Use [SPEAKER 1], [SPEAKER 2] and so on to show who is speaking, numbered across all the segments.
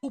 [SPEAKER 1] O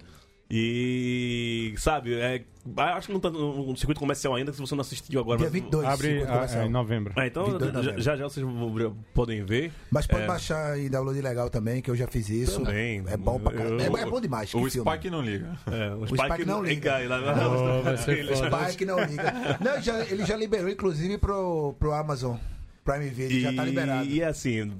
[SPEAKER 2] E, sabe, é, acho que não tá no no circuito comercial ainda, que se você não assistiu agora...
[SPEAKER 3] Dia
[SPEAKER 2] vai-
[SPEAKER 3] 22.
[SPEAKER 4] Abre
[SPEAKER 3] segundo
[SPEAKER 4] ah,
[SPEAKER 3] comercial.
[SPEAKER 4] é, em novembro.
[SPEAKER 2] Ah, então
[SPEAKER 3] 22 de
[SPEAKER 2] já-
[SPEAKER 3] novembro.
[SPEAKER 2] já já vocês vão- podem ver.
[SPEAKER 3] Mas pode
[SPEAKER 2] É.
[SPEAKER 3] baixar e download legal também, que eu já fiz isso.
[SPEAKER 2] Também.
[SPEAKER 3] É bom pra caramba.
[SPEAKER 2] Eu-
[SPEAKER 3] É, é bom demais. que
[SPEAKER 5] O
[SPEAKER 3] filme.
[SPEAKER 5] Spike não liga.
[SPEAKER 2] É, o
[SPEAKER 3] Spike não liga.
[SPEAKER 2] cai lá na-
[SPEAKER 4] Oh, vai ser
[SPEAKER 2] Ele-
[SPEAKER 4] foda.
[SPEAKER 3] Spike não liga. Não, ele já, ele já liberou, inclusive, pro, pro Amazon Prime Video. Já tá
[SPEAKER 2] E-
[SPEAKER 3] liberado.
[SPEAKER 2] E assim,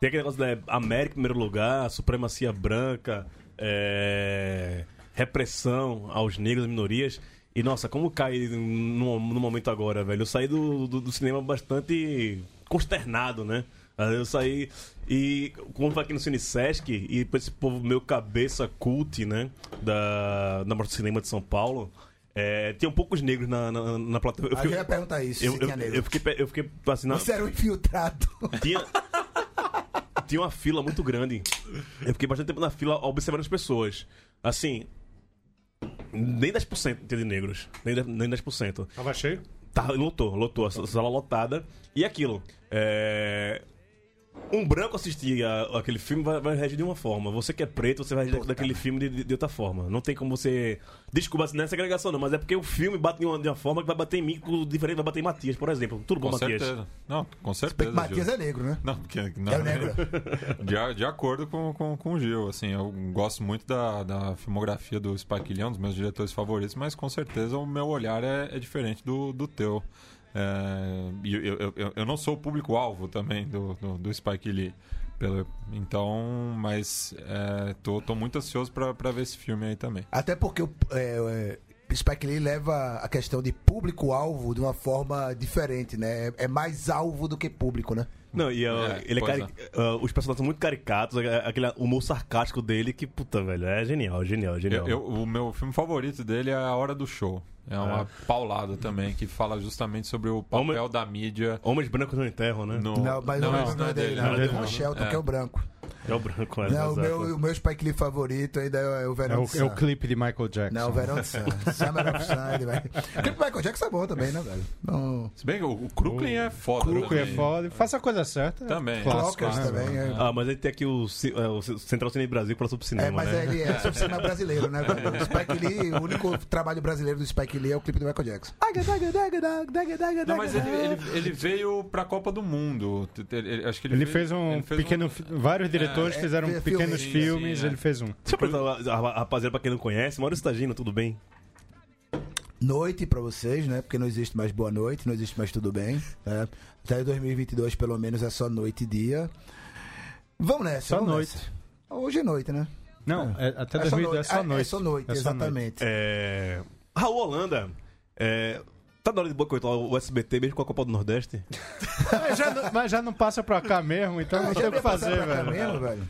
[SPEAKER 2] tem aquele negócio da América em primeiro lugar, supremacia branca, é, repressão aos negros e minorias. E nossa, como cai no, no momento agora, velho? Eu saí do, do, do cinema bastante consternado, né? Aí Eu saí e quando vai aqui no Cine Sesc e depois esse povo meu cabeça cult, né? Da, da Mostra do Cinema de São Paulo. É, tinha poucos negros na, na, na plataforma.
[SPEAKER 3] Aí eu ia perguntar isso,
[SPEAKER 2] Eu,
[SPEAKER 3] se
[SPEAKER 2] eu,
[SPEAKER 3] tinha negro.
[SPEAKER 2] eu fiquei, pe- eu fiquei assim, na,
[SPEAKER 3] Você era um infiltrado.
[SPEAKER 2] tinha, tinha uma fila muito grande. Eu fiquei bastante tempo na fila observando as pessoas. Assim, nem 10% tinha de negros. Nem, de- nem 10%.
[SPEAKER 4] Tava cheio?
[SPEAKER 2] Tá, lotou, lotou. A sala lotada. E aquilo. É. Um branco assistir a- aquele filme vai, vai reagir de uma forma. Você que é preto, você vai reagir daquele filme de, de outra forma. Não tem como você. Desculpa, assim, não é segregação, não, mas é porque o filme bate em uma, de uma forma que vai bater em mim, com- diferente vai bater em Matias, por exemplo. Tudo bom,
[SPEAKER 4] Com
[SPEAKER 2] Matias?
[SPEAKER 4] certeza. Não, com certeza.
[SPEAKER 3] Porque Matias
[SPEAKER 4] Gil.
[SPEAKER 3] é negro, né?
[SPEAKER 4] Não, porque. Não,
[SPEAKER 3] É o negro.
[SPEAKER 4] De, a- de acordo com, com, com o Gil, assim, eu gosto muito da, da filmografia do Spike Lee, é um dos meus diretores favoritos, mas com certeza o meu olhar é, é diferente do, do teu. É, e eu, eu, eu- eu não sou o público-alvo também do, do, do Spike Lee. Pelo- então, mas é, tô, tô muito ansioso pra, pra ver esse filme aí também.
[SPEAKER 3] Até porque o é, é, Spike Lee leva a questão de público-alvo de uma forma diferente, né? É- É mais alvo do que público, né?
[SPEAKER 2] Não, e uh,
[SPEAKER 4] É,
[SPEAKER 2] ele é
[SPEAKER 4] pois
[SPEAKER 2] cari- uh, os personagens são muito caricatos, a- a- aquele humor sarcástico dele que, puta, velho, é genial, genial,
[SPEAKER 4] Eu,
[SPEAKER 2] genial.
[SPEAKER 4] eu- o meu filme favorito dele é A Hora do Show. É uma paulada também, que fala justamente sobre o papel
[SPEAKER 2] Homem-
[SPEAKER 4] da mídia.
[SPEAKER 2] Homens brancos não enterram, né?
[SPEAKER 4] No...
[SPEAKER 3] Não, mas não,
[SPEAKER 4] esse
[SPEAKER 3] não é dele, não. É
[SPEAKER 4] dele,
[SPEAKER 3] do Shelton, que é o branco.
[SPEAKER 2] É o branco, é.
[SPEAKER 3] Não, o
[SPEAKER 2] exato.
[SPEAKER 3] meu, o meu Spike Lee favorito ainda é o
[SPEAKER 6] É
[SPEAKER 3] Verão
[SPEAKER 6] o,
[SPEAKER 3] de
[SPEAKER 6] é o
[SPEAKER 3] Sun.
[SPEAKER 6] clipe de Michael Jackson.
[SPEAKER 3] Não, o Verão de Sun. Summer of Sun, ele vai. O clipe do Michael Jackson é bom também, né, velho? Não.
[SPEAKER 4] Se bem que o, o Crooklyn é foda.
[SPEAKER 6] Truco é
[SPEAKER 4] também.
[SPEAKER 6] foda. Faça a coisa certa.
[SPEAKER 4] Também.
[SPEAKER 6] Clássico,
[SPEAKER 3] Clockers
[SPEAKER 6] né?
[SPEAKER 3] também. É,
[SPEAKER 2] Ah, mas aí tem aqui o, ci- é, o Central Cine Brasil que fala sobre
[SPEAKER 3] É,
[SPEAKER 2] cinema,
[SPEAKER 3] mas
[SPEAKER 2] né?
[SPEAKER 3] ele é sobre cinema brasileiro, né? velho? O Spike Lee, o único trabalho brasileiro do Spike Lee é o clipe do Michael Jackson.
[SPEAKER 4] Não, mas ele, ele, ele veio pra Copa do Mundo. Ele, ele- acho que ele,
[SPEAKER 6] Ele
[SPEAKER 4] veio-
[SPEAKER 6] fez um
[SPEAKER 4] ele fez
[SPEAKER 6] pequeno. fi- Vários diretores
[SPEAKER 3] é,
[SPEAKER 6] fizeram
[SPEAKER 3] filme,
[SPEAKER 6] pequenos
[SPEAKER 4] sim,
[SPEAKER 6] filmes,
[SPEAKER 4] sim, é.
[SPEAKER 6] ele fez um.
[SPEAKER 2] Deixa eu apresentar a a rapaziada pra quem não conhece. Maurício Tagino, tudo bem?
[SPEAKER 3] Noite pra vocês, né? Porque não existe mais boa noite, não existe mais tudo bem. Né? Até 2022, pelo menos, é só noite e dia. Vamos nessa,
[SPEAKER 6] Só
[SPEAKER 3] vamos
[SPEAKER 6] noite.
[SPEAKER 3] nessa. Hoje é noite, né?
[SPEAKER 6] Não, é- até
[SPEAKER 3] é só
[SPEAKER 6] 2010 é só
[SPEAKER 3] noite.
[SPEAKER 6] noite.
[SPEAKER 3] É só noite, exatamente.
[SPEAKER 2] É... Raul Holanda, é... tá na hora de boicotar o SBT mesmo com a Copa do Nordeste?
[SPEAKER 6] Mas já, não- mas já não passa pra cá mesmo, então não tem o que fazer, velho.
[SPEAKER 4] Ah,
[SPEAKER 3] Mesmo, velho.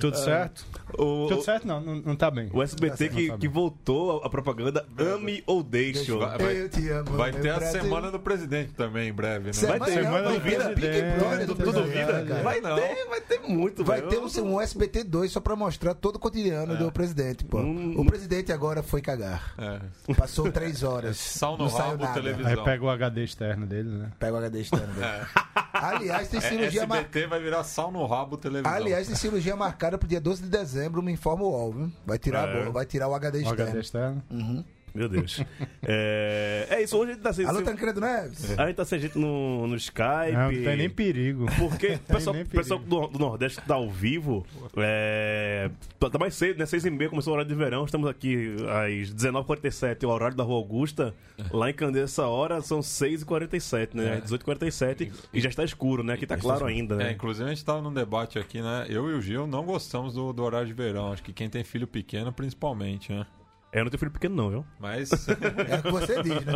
[SPEAKER 6] Tudo certo?
[SPEAKER 2] O,
[SPEAKER 6] Tudo certo? Não, não, não tá bem.
[SPEAKER 2] o SBT que, que voltou a a propaganda Ame ou Deixe-o.
[SPEAKER 4] Vai- vai-
[SPEAKER 3] Eu te amo.
[SPEAKER 4] Vai
[SPEAKER 3] meu
[SPEAKER 4] ter a
[SPEAKER 3] Brasil.
[SPEAKER 4] Semana do Presidente também em breve, né?
[SPEAKER 3] Semana,
[SPEAKER 2] Vai ter,
[SPEAKER 6] semana
[SPEAKER 3] vai
[SPEAKER 6] do
[SPEAKER 3] ter a Big
[SPEAKER 6] presidente,
[SPEAKER 3] Brother do
[SPEAKER 6] tudo
[SPEAKER 3] presidente,
[SPEAKER 6] vida,
[SPEAKER 3] cara.
[SPEAKER 2] Vai
[SPEAKER 4] Não.
[SPEAKER 2] ter, vai ter muito,
[SPEAKER 3] Vai
[SPEAKER 2] velho.
[SPEAKER 3] ter um, um SBT 2 só pra mostrar todo o cotidiano
[SPEAKER 6] É.
[SPEAKER 3] do presidente, pô.
[SPEAKER 2] Hum.
[SPEAKER 3] O presidente agora foi cagar.
[SPEAKER 4] É.
[SPEAKER 3] Passou três horas.
[SPEAKER 4] Sal no
[SPEAKER 3] não saiu
[SPEAKER 4] rabo,
[SPEAKER 3] nada.
[SPEAKER 4] televisão.
[SPEAKER 6] Aí pega o HD externo dele, né?
[SPEAKER 3] Pega o HD externo, velho. Aliás, tem
[SPEAKER 4] É,
[SPEAKER 3] cirurgia marcada.
[SPEAKER 4] SBT vai virar sal no rabo televisão.
[SPEAKER 3] Aliás, tem cirurgia marcada pro dia 12 de dezembro, me informa o UOL, viu? Vai tirar, a
[SPEAKER 2] É.
[SPEAKER 3] bola, vai tirar o HD
[SPEAKER 6] O
[SPEAKER 3] externo.
[SPEAKER 6] HD externo.
[SPEAKER 2] Meu Deus. é... é isso, hoje a gente tá sem,
[SPEAKER 3] Alô, Tancredo né? Neves?
[SPEAKER 2] a gente tá sem jeito no, no Skype.
[SPEAKER 6] Não, não tem nem perigo.
[SPEAKER 2] Porque o pessoal,
[SPEAKER 6] nem perigo.
[SPEAKER 2] pessoal do, do Nordeste tá ao vivo. É, tá tá mais cedo, né? Seis e meia começou o horário de verão. Estamos aqui às 19h47, o horário da Rua Augusta. Lá em Candeia, essa hora são 6h47, né? 18h47. E já está escuro, né? Aqui tá claro ainda,
[SPEAKER 4] É,
[SPEAKER 2] né?
[SPEAKER 4] inclusive a gente tava num debate aqui, né? Eu e o Gil não gostamos do, do horário de verão. Acho que quem tem filho pequeno, principalmente, né?
[SPEAKER 2] É, eu não tenho filho pequeno, não, viu?
[SPEAKER 4] Mas.
[SPEAKER 3] É o que você diz, né?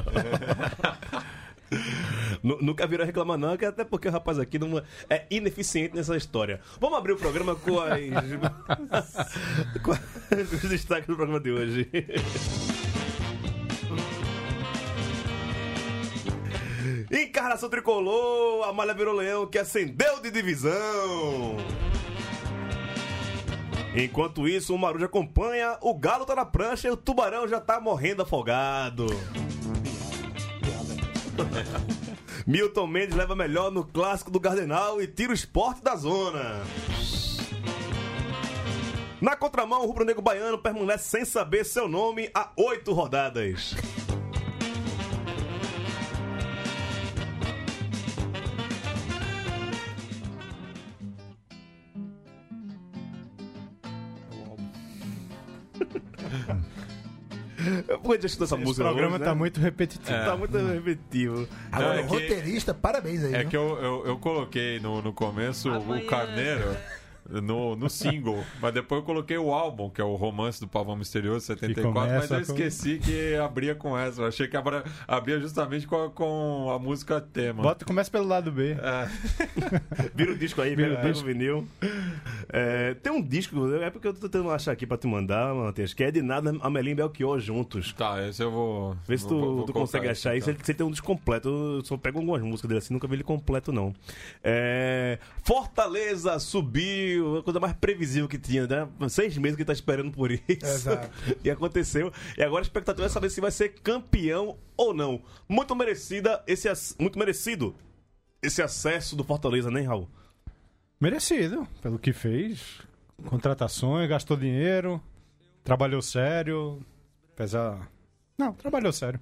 [SPEAKER 2] Nu- Nunca virou reclamar, não, que até porque o rapaz aqui não é ineficiente nessa história. Vamos abrir o programa com, as... com os destaques do programa de hoje. Encarnação tricolor, a malha virou leão que acendeu de divisão. Enquanto isso, o Marujo acompanha, o galo tá na prancha e o tubarão já tá morrendo afogado. Milton Mendes leva melhor no clássico do Gardenal e tira o esporte da zona. Na contramão, o rubro-negro baiano permanece sem saber seu nome há oito rodadas. Eu podia escutar essa
[SPEAKER 6] Esse
[SPEAKER 2] música
[SPEAKER 6] programa
[SPEAKER 2] hoje,
[SPEAKER 6] tá
[SPEAKER 2] né?
[SPEAKER 6] muito repetitivo.
[SPEAKER 2] Tá muito repetitivo.
[SPEAKER 3] Agora,
[SPEAKER 4] É
[SPEAKER 3] o
[SPEAKER 4] que-
[SPEAKER 3] roteirista, parabéns aí,
[SPEAKER 4] É
[SPEAKER 3] viu?
[SPEAKER 4] que eu, eu, eu coloquei no, no começo o Carneiro no, no single, mas depois eu coloquei o álbum, que é o Romance do Pavão Misterioso 74, mas
[SPEAKER 6] começa
[SPEAKER 4] eu
[SPEAKER 6] com-
[SPEAKER 4] esqueci que abria com essa. Eu achei que abra- abria justamente com a, com a música tema.
[SPEAKER 6] Bota, começa pelo lado B.
[SPEAKER 2] Vira o disco aí, pega, pega o vinil. É, tem um disco, é porque eu tô tentando achar aqui pra te mandar, Matheus, que é de nada Amelim e Belchior juntos.
[SPEAKER 4] Tá, esse eu vou.
[SPEAKER 2] Vê se tu,
[SPEAKER 4] vou- vou
[SPEAKER 2] tu
[SPEAKER 4] colocar
[SPEAKER 2] consegue
[SPEAKER 4] esse,
[SPEAKER 2] achar
[SPEAKER 4] então.
[SPEAKER 2] isso. Você tem um disco completo. Eu só pego algumas músicas dele assim, nunca vi ele completo, não. É, Fortaleza subiu, a coisa mais previsível que tinha, né? Seis meses que tá esperando por isso.
[SPEAKER 3] Exato.
[SPEAKER 2] e aconteceu. E agora a expectativa é saber se vai ser campeão ou não. Muito merecida esse ass- muito merecido esse acesso do Fortaleza, né, Raul?
[SPEAKER 6] Merecido, pelo que fez. Contratações, gastou dinheiro, trabalhou sério. Apesar. Não, trabalhou sério.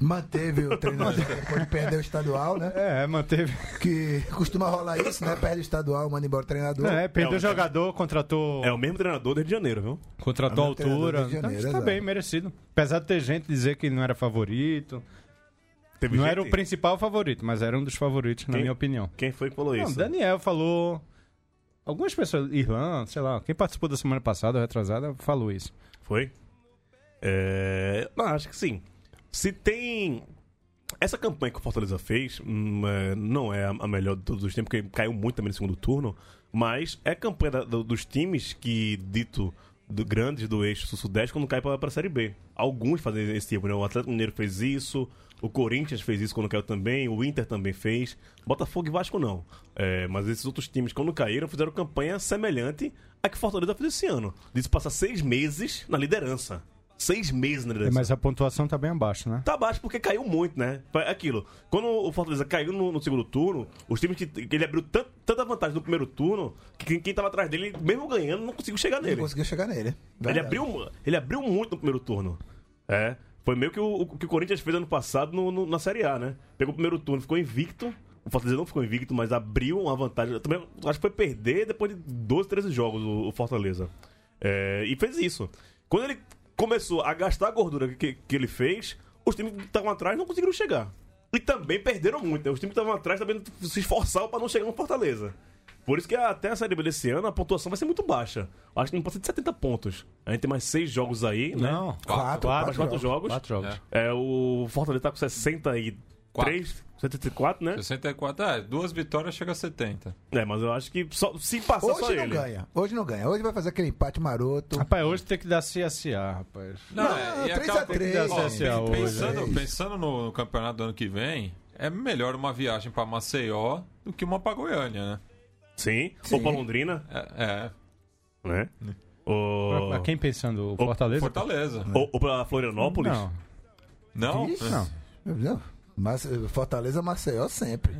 [SPEAKER 3] Manteve o treinador depois de perder o estadual, né?
[SPEAKER 6] É, manteve.
[SPEAKER 3] Que costuma rolar isso, né? Perde o estadual, manda embora o treinador.
[SPEAKER 6] É, perdeu
[SPEAKER 2] É, o-
[SPEAKER 6] jogador, contratou.
[SPEAKER 2] É o mesmo treinador desde janeiro, viu?
[SPEAKER 6] Contratou
[SPEAKER 3] É o treinador
[SPEAKER 6] altura.
[SPEAKER 3] de janeiro,
[SPEAKER 6] tá tá
[SPEAKER 3] exato.
[SPEAKER 6] bem, merecido. Apesar de ter gente dizer que não era favorito.
[SPEAKER 2] Teve
[SPEAKER 6] Não
[SPEAKER 2] gente-
[SPEAKER 6] era o principal favorito, mas era um dos favoritos, na
[SPEAKER 2] Quem-
[SPEAKER 6] minha opinião.
[SPEAKER 2] Quem foi que falou
[SPEAKER 6] Não,
[SPEAKER 2] isso?
[SPEAKER 6] Daniel falou. Algumas pessoas, Irlan, sei lá, quem participou da semana passada, retrasada, falou isso.
[SPEAKER 2] Foi? É... Não, acho que sim. Se tem. Essa campanha que o Fortaleza fez hum, é, não é a- a melhor de todos os tempos, porque caiu muito também no segundo turno, mas é a campanha da- do- dos times que, dito do, grandes do eixo sul-sudeste, quando cai pra, pra Série B. Alguns fazem esse tipo, né? O Atlético Mineiro fez isso, o Corinthians fez isso quando caiu também, o Inter também fez, Botafogo e Vasco não. É, mas esses outros times, quando caíram, fizeram campanha semelhante à que o Fortaleza fez esse ano. Disso passar seis meses na liderança. Seis meses na liderança.
[SPEAKER 6] mas a pontuação tá bem abaixo, né?
[SPEAKER 2] Tá baixo porque caiu muito, né? Foi Aquilo. Quando o Fortaleza caiu no, no segundo turno, os times que, que ele abriu tan- tanta vantagem no primeiro turno, que quem, quem tava atrás dele, mesmo ganhando, não conseguiu chegar
[SPEAKER 3] Não
[SPEAKER 2] nele.
[SPEAKER 3] conseguiu chegar nele.
[SPEAKER 2] Ele abriu, ele abriu muito no primeiro turno. É. Foi meio que o, o que o Corinthians fez ano passado no- no- na Série A, né? Pegou o primeiro turno, ficou invicto. O Fortaleza não ficou invicto, mas abriu uma vantagem. Também acho que foi perder depois de 12, 13 jogos o, o Fortaleza. É, e fez isso. Quando ele começou a gastar a gordura que, que ele fez, os times que estavam atrás não conseguiram chegar. E também perderam muito, né? Os times que estavam atrás também se esforçaram pra não chegar no Fortaleza. Por isso que até a Série B desse ano a pontuação vai ser muito baixa. Acho que não passa de 70 pontos. A gente tem mais seis jogos aí, né?
[SPEAKER 6] Não,
[SPEAKER 3] Quatro,
[SPEAKER 2] mais quatro jogos.
[SPEAKER 6] quatro jogos.
[SPEAKER 4] É.
[SPEAKER 2] É, o Fortaleza tá com 63, 74, né?
[SPEAKER 4] 64, é, duas vitórias chega a 70.
[SPEAKER 2] É, mas eu acho que só, se passar só
[SPEAKER 3] Hoje não
[SPEAKER 2] ele. Ah.
[SPEAKER 3] ganha. Hoje não ganha. Hoje vai fazer aquele empate maroto.
[SPEAKER 6] Rapaz, hoje tem que dar CSA, rapaz.
[SPEAKER 4] Não, é,
[SPEAKER 3] Não,
[SPEAKER 4] e
[SPEAKER 3] três
[SPEAKER 4] acaba-
[SPEAKER 3] a três,
[SPEAKER 4] Ó,
[SPEAKER 6] gente.
[SPEAKER 4] pen- pensando,
[SPEAKER 3] Três.
[SPEAKER 4] pensando no, no campeonato do ano que vem, é melhor uma viagem pra Maceió do que uma pra Goiânia, né?
[SPEAKER 2] Sim. Ou
[SPEAKER 3] Sim.
[SPEAKER 2] pra Londrina,
[SPEAKER 4] É, é,
[SPEAKER 2] né? Ou,
[SPEAKER 6] Pra quem pensando? O Fortaleza?
[SPEAKER 4] Fortaleza.
[SPEAKER 2] ou, ou pra Florianópolis.
[SPEAKER 6] Não,
[SPEAKER 4] Não?
[SPEAKER 6] não.
[SPEAKER 3] Não. Mas eh, Fortaleza Maceió sempre.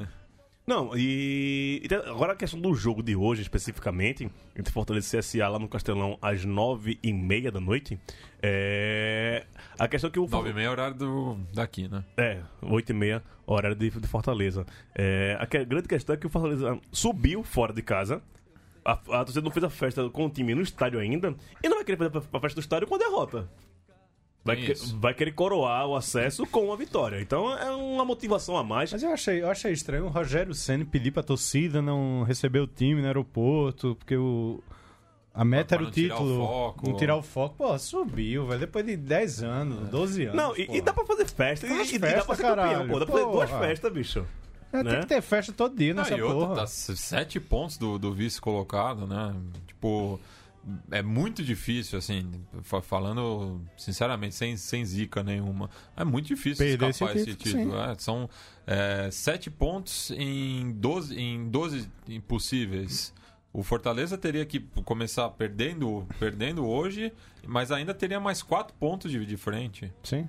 [SPEAKER 2] Não, e e tem- agora a questão do jogo de hoje, especificamente, entre Fortaleza e CSA lá no Castelão às 9h30 da noite, é. A questão que o Fortaleza.
[SPEAKER 4] 9 e meia é horário do, daqui, né?
[SPEAKER 2] É, 8 e meia, horário de, de Fortaleza. É, a, que- a grande questão é que o Fortaleza subiu fora de casa. A, a torcida não fez a festa com o time no estádio ainda. E não vai querer fazer a festa do estádio com a derrota. Vai,
[SPEAKER 4] Tem
[SPEAKER 2] que-
[SPEAKER 4] isso.
[SPEAKER 2] vai querer coroar o acesso com uma vitória. Então é uma motivação a mais.
[SPEAKER 6] Mas eu achei, eu achei estranho o Rogério Senna pedir pra torcida não receber o time no aeroporto, porque o. A
[SPEAKER 4] Pra
[SPEAKER 6] meta era o
[SPEAKER 4] não tirar o
[SPEAKER 6] título.
[SPEAKER 4] foco.
[SPEAKER 6] não tirar o foco. Pô, subiu, velho. Depois de 10 anos, 12 anos.
[SPEAKER 2] Não, e,
[SPEAKER 6] pô.
[SPEAKER 2] e dá pra fazer festa. E,
[SPEAKER 6] Faz
[SPEAKER 2] e- e dá
[SPEAKER 6] festa,
[SPEAKER 2] pra ser campeão,
[SPEAKER 6] caralho.
[SPEAKER 2] pô. Dá pra fazer duas
[SPEAKER 6] Porra.
[SPEAKER 2] festas, bicho.
[SPEAKER 6] É,
[SPEAKER 2] né?
[SPEAKER 6] Tem que ter festa todo dia
[SPEAKER 4] Não,
[SPEAKER 6] nessa
[SPEAKER 4] e outra,
[SPEAKER 6] porra.
[SPEAKER 4] tá s- sete pontos do, do vice colocado, né? Tipo, é muito difícil, assim, fa- falando sinceramente, sem, sem zica nenhuma. É muito difícil
[SPEAKER 6] Perder
[SPEAKER 4] escapar
[SPEAKER 6] esse
[SPEAKER 4] esse
[SPEAKER 6] título,
[SPEAKER 4] título. é. são é, sete pontos em 12, em 12 impossíveis. O Fortaleza teria que começar perdendo, perdendo hoje, mas ainda teria mais quatro pontos de, de frente.
[SPEAKER 6] Sim.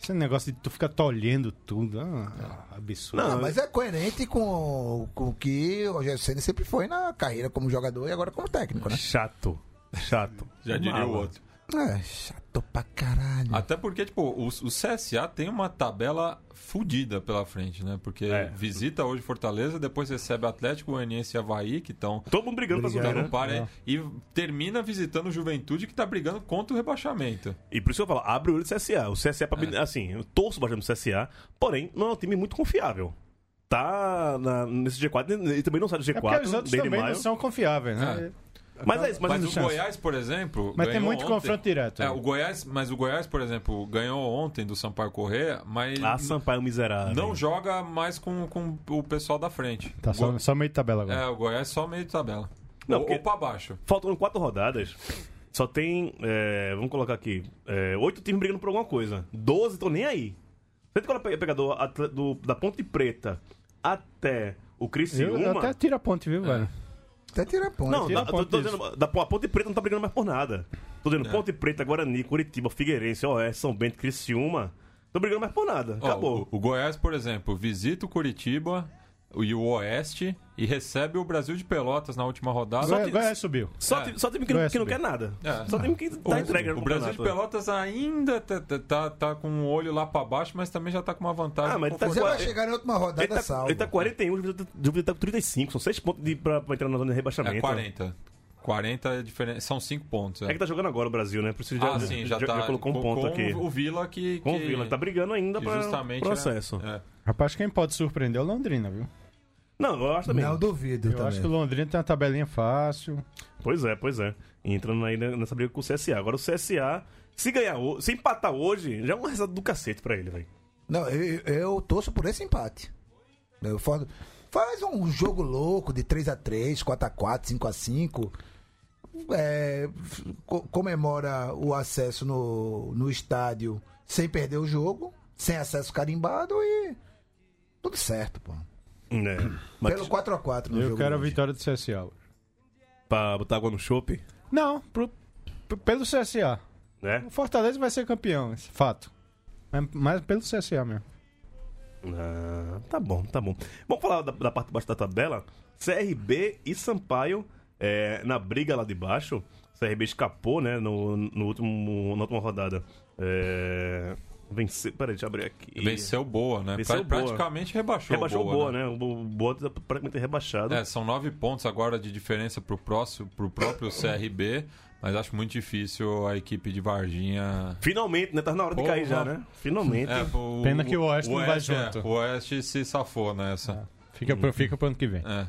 [SPEAKER 6] Esse negócio de tu ficar tolhendo tudo. Ah, absurdo.
[SPEAKER 3] Ah, mas é coerente com, com o que o Rogério Senna sempre foi na carreira como jogador e agora como técnico, né?
[SPEAKER 2] Chato. Chato.
[SPEAKER 4] é? Já diria
[SPEAKER 2] Mala.
[SPEAKER 4] o outro.
[SPEAKER 3] É, chato pra
[SPEAKER 2] Ah.
[SPEAKER 3] caralho.
[SPEAKER 4] Até porque, tipo, o, o CSA tem uma tabela fodida pela frente, né? Porque
[SPEAKER 2] É.
[SPEAKER 4] visita hoje Fortaleza, depois recebe Atlético, Goianiense e Havaí, que estão
[SPEAKER 2] Todo mundo brigando pra subir, né?
[SPEAKER 4] no par, né? e termina visitando o Juventude, que tá brigando contra o rebaixamento.
[SPEAKER 2] E por isso que eu falo, abre o olho do CSA. O CSA,
[SPEAKER 4] É.
[SPEAKER 2] pra mim, assim, eu torço bastante no CSA, porém, não é um time muito confiável. Tá na- nesse G4 e também não sai do
[SPEAKER 6] É porque
[SPEAKER 2] G4
[SPEAKER 6] os outros
[SPEAKER 2] desde
[SPEAKER 6] também
[SPEAKER 2] maio.
[SPEAKER 6] não são confiáveis, né?
[SPEAKER 2] Mas é isso, mas,
[SPEAKER 4] Mas,
[SPEAKER 2] mas,
[SPEAKER 4] o Goiás, por exemplo.
[SPEAKER 6] Mas tem
[SPEAKER 4] ganhou
[SPEAKER 6] muito
[SPEAKER 4] ontem.
[SPEAKER 6] confronto direto.
[SPEAKER 4] É, o Goiás, mas o Goiás, por exemplo, ganhou ontem do Sampaio Corrêa, mas
[SPEAKER 2] Ah, Sampaio miserável.
[SPEAKER 4] não joga mais com, com o pessoal da frente.
[SPEAKER 6] Tá só, só meio de tabela agora.
[SPEAKER 4] É, o Goiás só meio de tabela.
[SPEAKER 2] Não,
[SPEAKER 4] ou,
[SPEAKER 2] porque-
[SPEAKER 4] ou pra baixo.
[SPEAKER 2] Faltam quatro rodadas. Só tem. é, vamos colocar aqui. é, oito times brigando por alguma coisa. Doze estão nem aí. Sente quando é pegador atle- do- da Ponte Preta até o
[SPEAKER 6] Eu,
[SPEAKER 2] Criciúma.
[SPEAKER 6] eu até tiro a ponte,
[SPEAKER 2] É.
[SPEAKER 6] viu, velho?
[SPEAKER 3] Até tira ponto.
[SPEAKER 2] Não,
[SPEAKER 6] tira
[SPEAKER 2] da,
[SPEAKER 6] a ponte
[SPEAKER 2] tô- tô
[SPEAKER 6] disso.
[SPEAKER 2] dizendo, da, a Ponte Preta não tá brigando mais por nada. Tô dizendo,
[SPEAKER 4] É.
[SPEAKER 2] Ponte Preta, Guarani, Curitiba, Figueirense, OS, São Bento, Criciúma. Tô brigando mais por nada.
[SPEAKER 4] Ó,
[SPEAKER 2] Acabou.
[SPEAKER 4] o, o Goiás, por exemplo, visita o Curitiba, e o Oeste e recebe o Brasil de Pelotas na última rodada.
[SPEAKER 6] Goiás, Goiás subiu.
[SPEAKER 2] Só,
[SPEAKER 4] É.
[SPEAKER 2] time, só time que, não,
[SPEAKER 6] Goiás
[SPEAKER 2] que não
[SPEAKER 6] subiu.
[SPEAKER 2] quer nada.
[SPEAKER 4] É.
[SPEAKER 2] Só time que tá entregue no
[SPEAKER 4] o Brasil de
[SPEAKER 2] campeonato.
[SPEAKER 4] Pelotas ainda tá, tá- tá, tá com o olho lá pra baixo, mas também já tá com uma vantagem.
[SPEAKER 2] Ah, mas ele tá
[SPEAKER 3] Mas ele vai
[SPEAKER 2] Ele-
[SPEAKER 3] chegar na última rodada
[SPEAKER 2] Ele tá,
[SPEAKER 3] salvo.
[SPEAKER 2] ele tá 41, o Juventude tá com 35. São 6 pontos de, pra, pra entrar na zona de rebaixamento.
[SPEAKER 4] É 40. 40 é diferente. São 5 pontos.
[SPEAKER 2] É que tá jogando agora o Brasil, né? Por isso já,
[SPEAKER 4] ah, sim, já, tá.
[SPEAKER 2] colocou um
[SPEAKER 4] com-
[SPEAKER 2] ponto
[SPEAKER 4] com
[SPEAKER 2] aqui.
[SPEAKER 4] O Vila que.
[SPEAKER 2] Com o
[SPEAKER 4] que-
[SPEAKER 2] Vila, que tá brigando ainda
[SPEAKER 4] que
[SPEAKER 2] pra,
[SPEAKER 4] justamente
[SPEAKER 2] pro
[SPEAKER 4] é-
[SPEAKER 2] acesso.
[SPEAKER 4] é.
[SPEAKER 6] Rapaz, quem pode surpreender é o Londrina, viu?
[SPEAKER 2] Não, eu acho também.
[SPEAKER 3] Não duvido
[SPEAKER 6] Eu
[SPEAKER 3] também.
[SPEAKER 6] acho que o Londrina tem uma tabelinha fácil.
[SPEAKER 2] Pois é, pois é. Entrando aí ne- nessa briga com o CSA. Agora o CSA, se ganhar, ho- se empatar hoje, já é um resultado do cacete pra ele, velho.
[SPEAKER 3] Não, eu, eu torço por esse empate. Eu falo- faz um jogo louco de 3x3, 4x4, 5x5. É, f- co- comemora o acesso no, no estádio sem perder o jogo, sem acesso carimbado e tudo certo, pô.
[SPEAKER 2] É. Mas
[SPEAKER 3] Pelo 4x4 no
[SPEAKER 6] Eu
[SPEAKER 3] jogo.
[SPEAKER 6] quero a
[SPEAKER 3] de hoje.
[SPEAKER 6] vitória do CSA. hoje.
[SPEAKER 2] pra botar água no chope,
[SPEAKER 6] Não, pro- p- pelo CSA.
[SPEAKER 2] né?
[SPEAKER 6] O Fortaleza vai ser campeão, esse fato. Mas, mas pelo CSA mesmo.
[SPEAKER 2] Ah, tá bom, tá bom. Vamos falar da, da parte de baixo da tabela. CRB e Sampaio é, na briga lá de baixo. CRB escapou, né? No, no último, na última rodada. É, venceu. Peraí, deixa eu abrir aqui.
[SPEAKER 4] Venceu boa, né?
[SPEAKER 2] Venceu
[SPEAKER 4] Pra-
[SPEAKER 2] boa.
[SPEAKER 4] Praticamente rebaixou.
[SPEAKER 2] Rebaixou
[SPEAKER 4] boa,
[SPEAKER 2] boa, né? O Boa tá praticamente rebaixado.
[SPEAKER 4] É, são nove pontos agora de diferença pro, próximo, pro próprio CRB, mas acho muito difícil a equipe de Varginha.
[SPEAKER 2] Finalmente, né? Tá na hora de
[SPEAKER 4] Porra.
[SPEAKER 2] cair já, né? Finalmente.
[SPEAKER 4] É, o-
[SPEAKER 6] Pena que o Oeste não vai
[SPEAKER 4] é,
[SPEAKER 6] junto.
[SPEAKER 4] o Oeste se safou nessa.
[SPEAKER 6] Fica, pro, fica pro ano que vem.
[SPEAKER 4] É.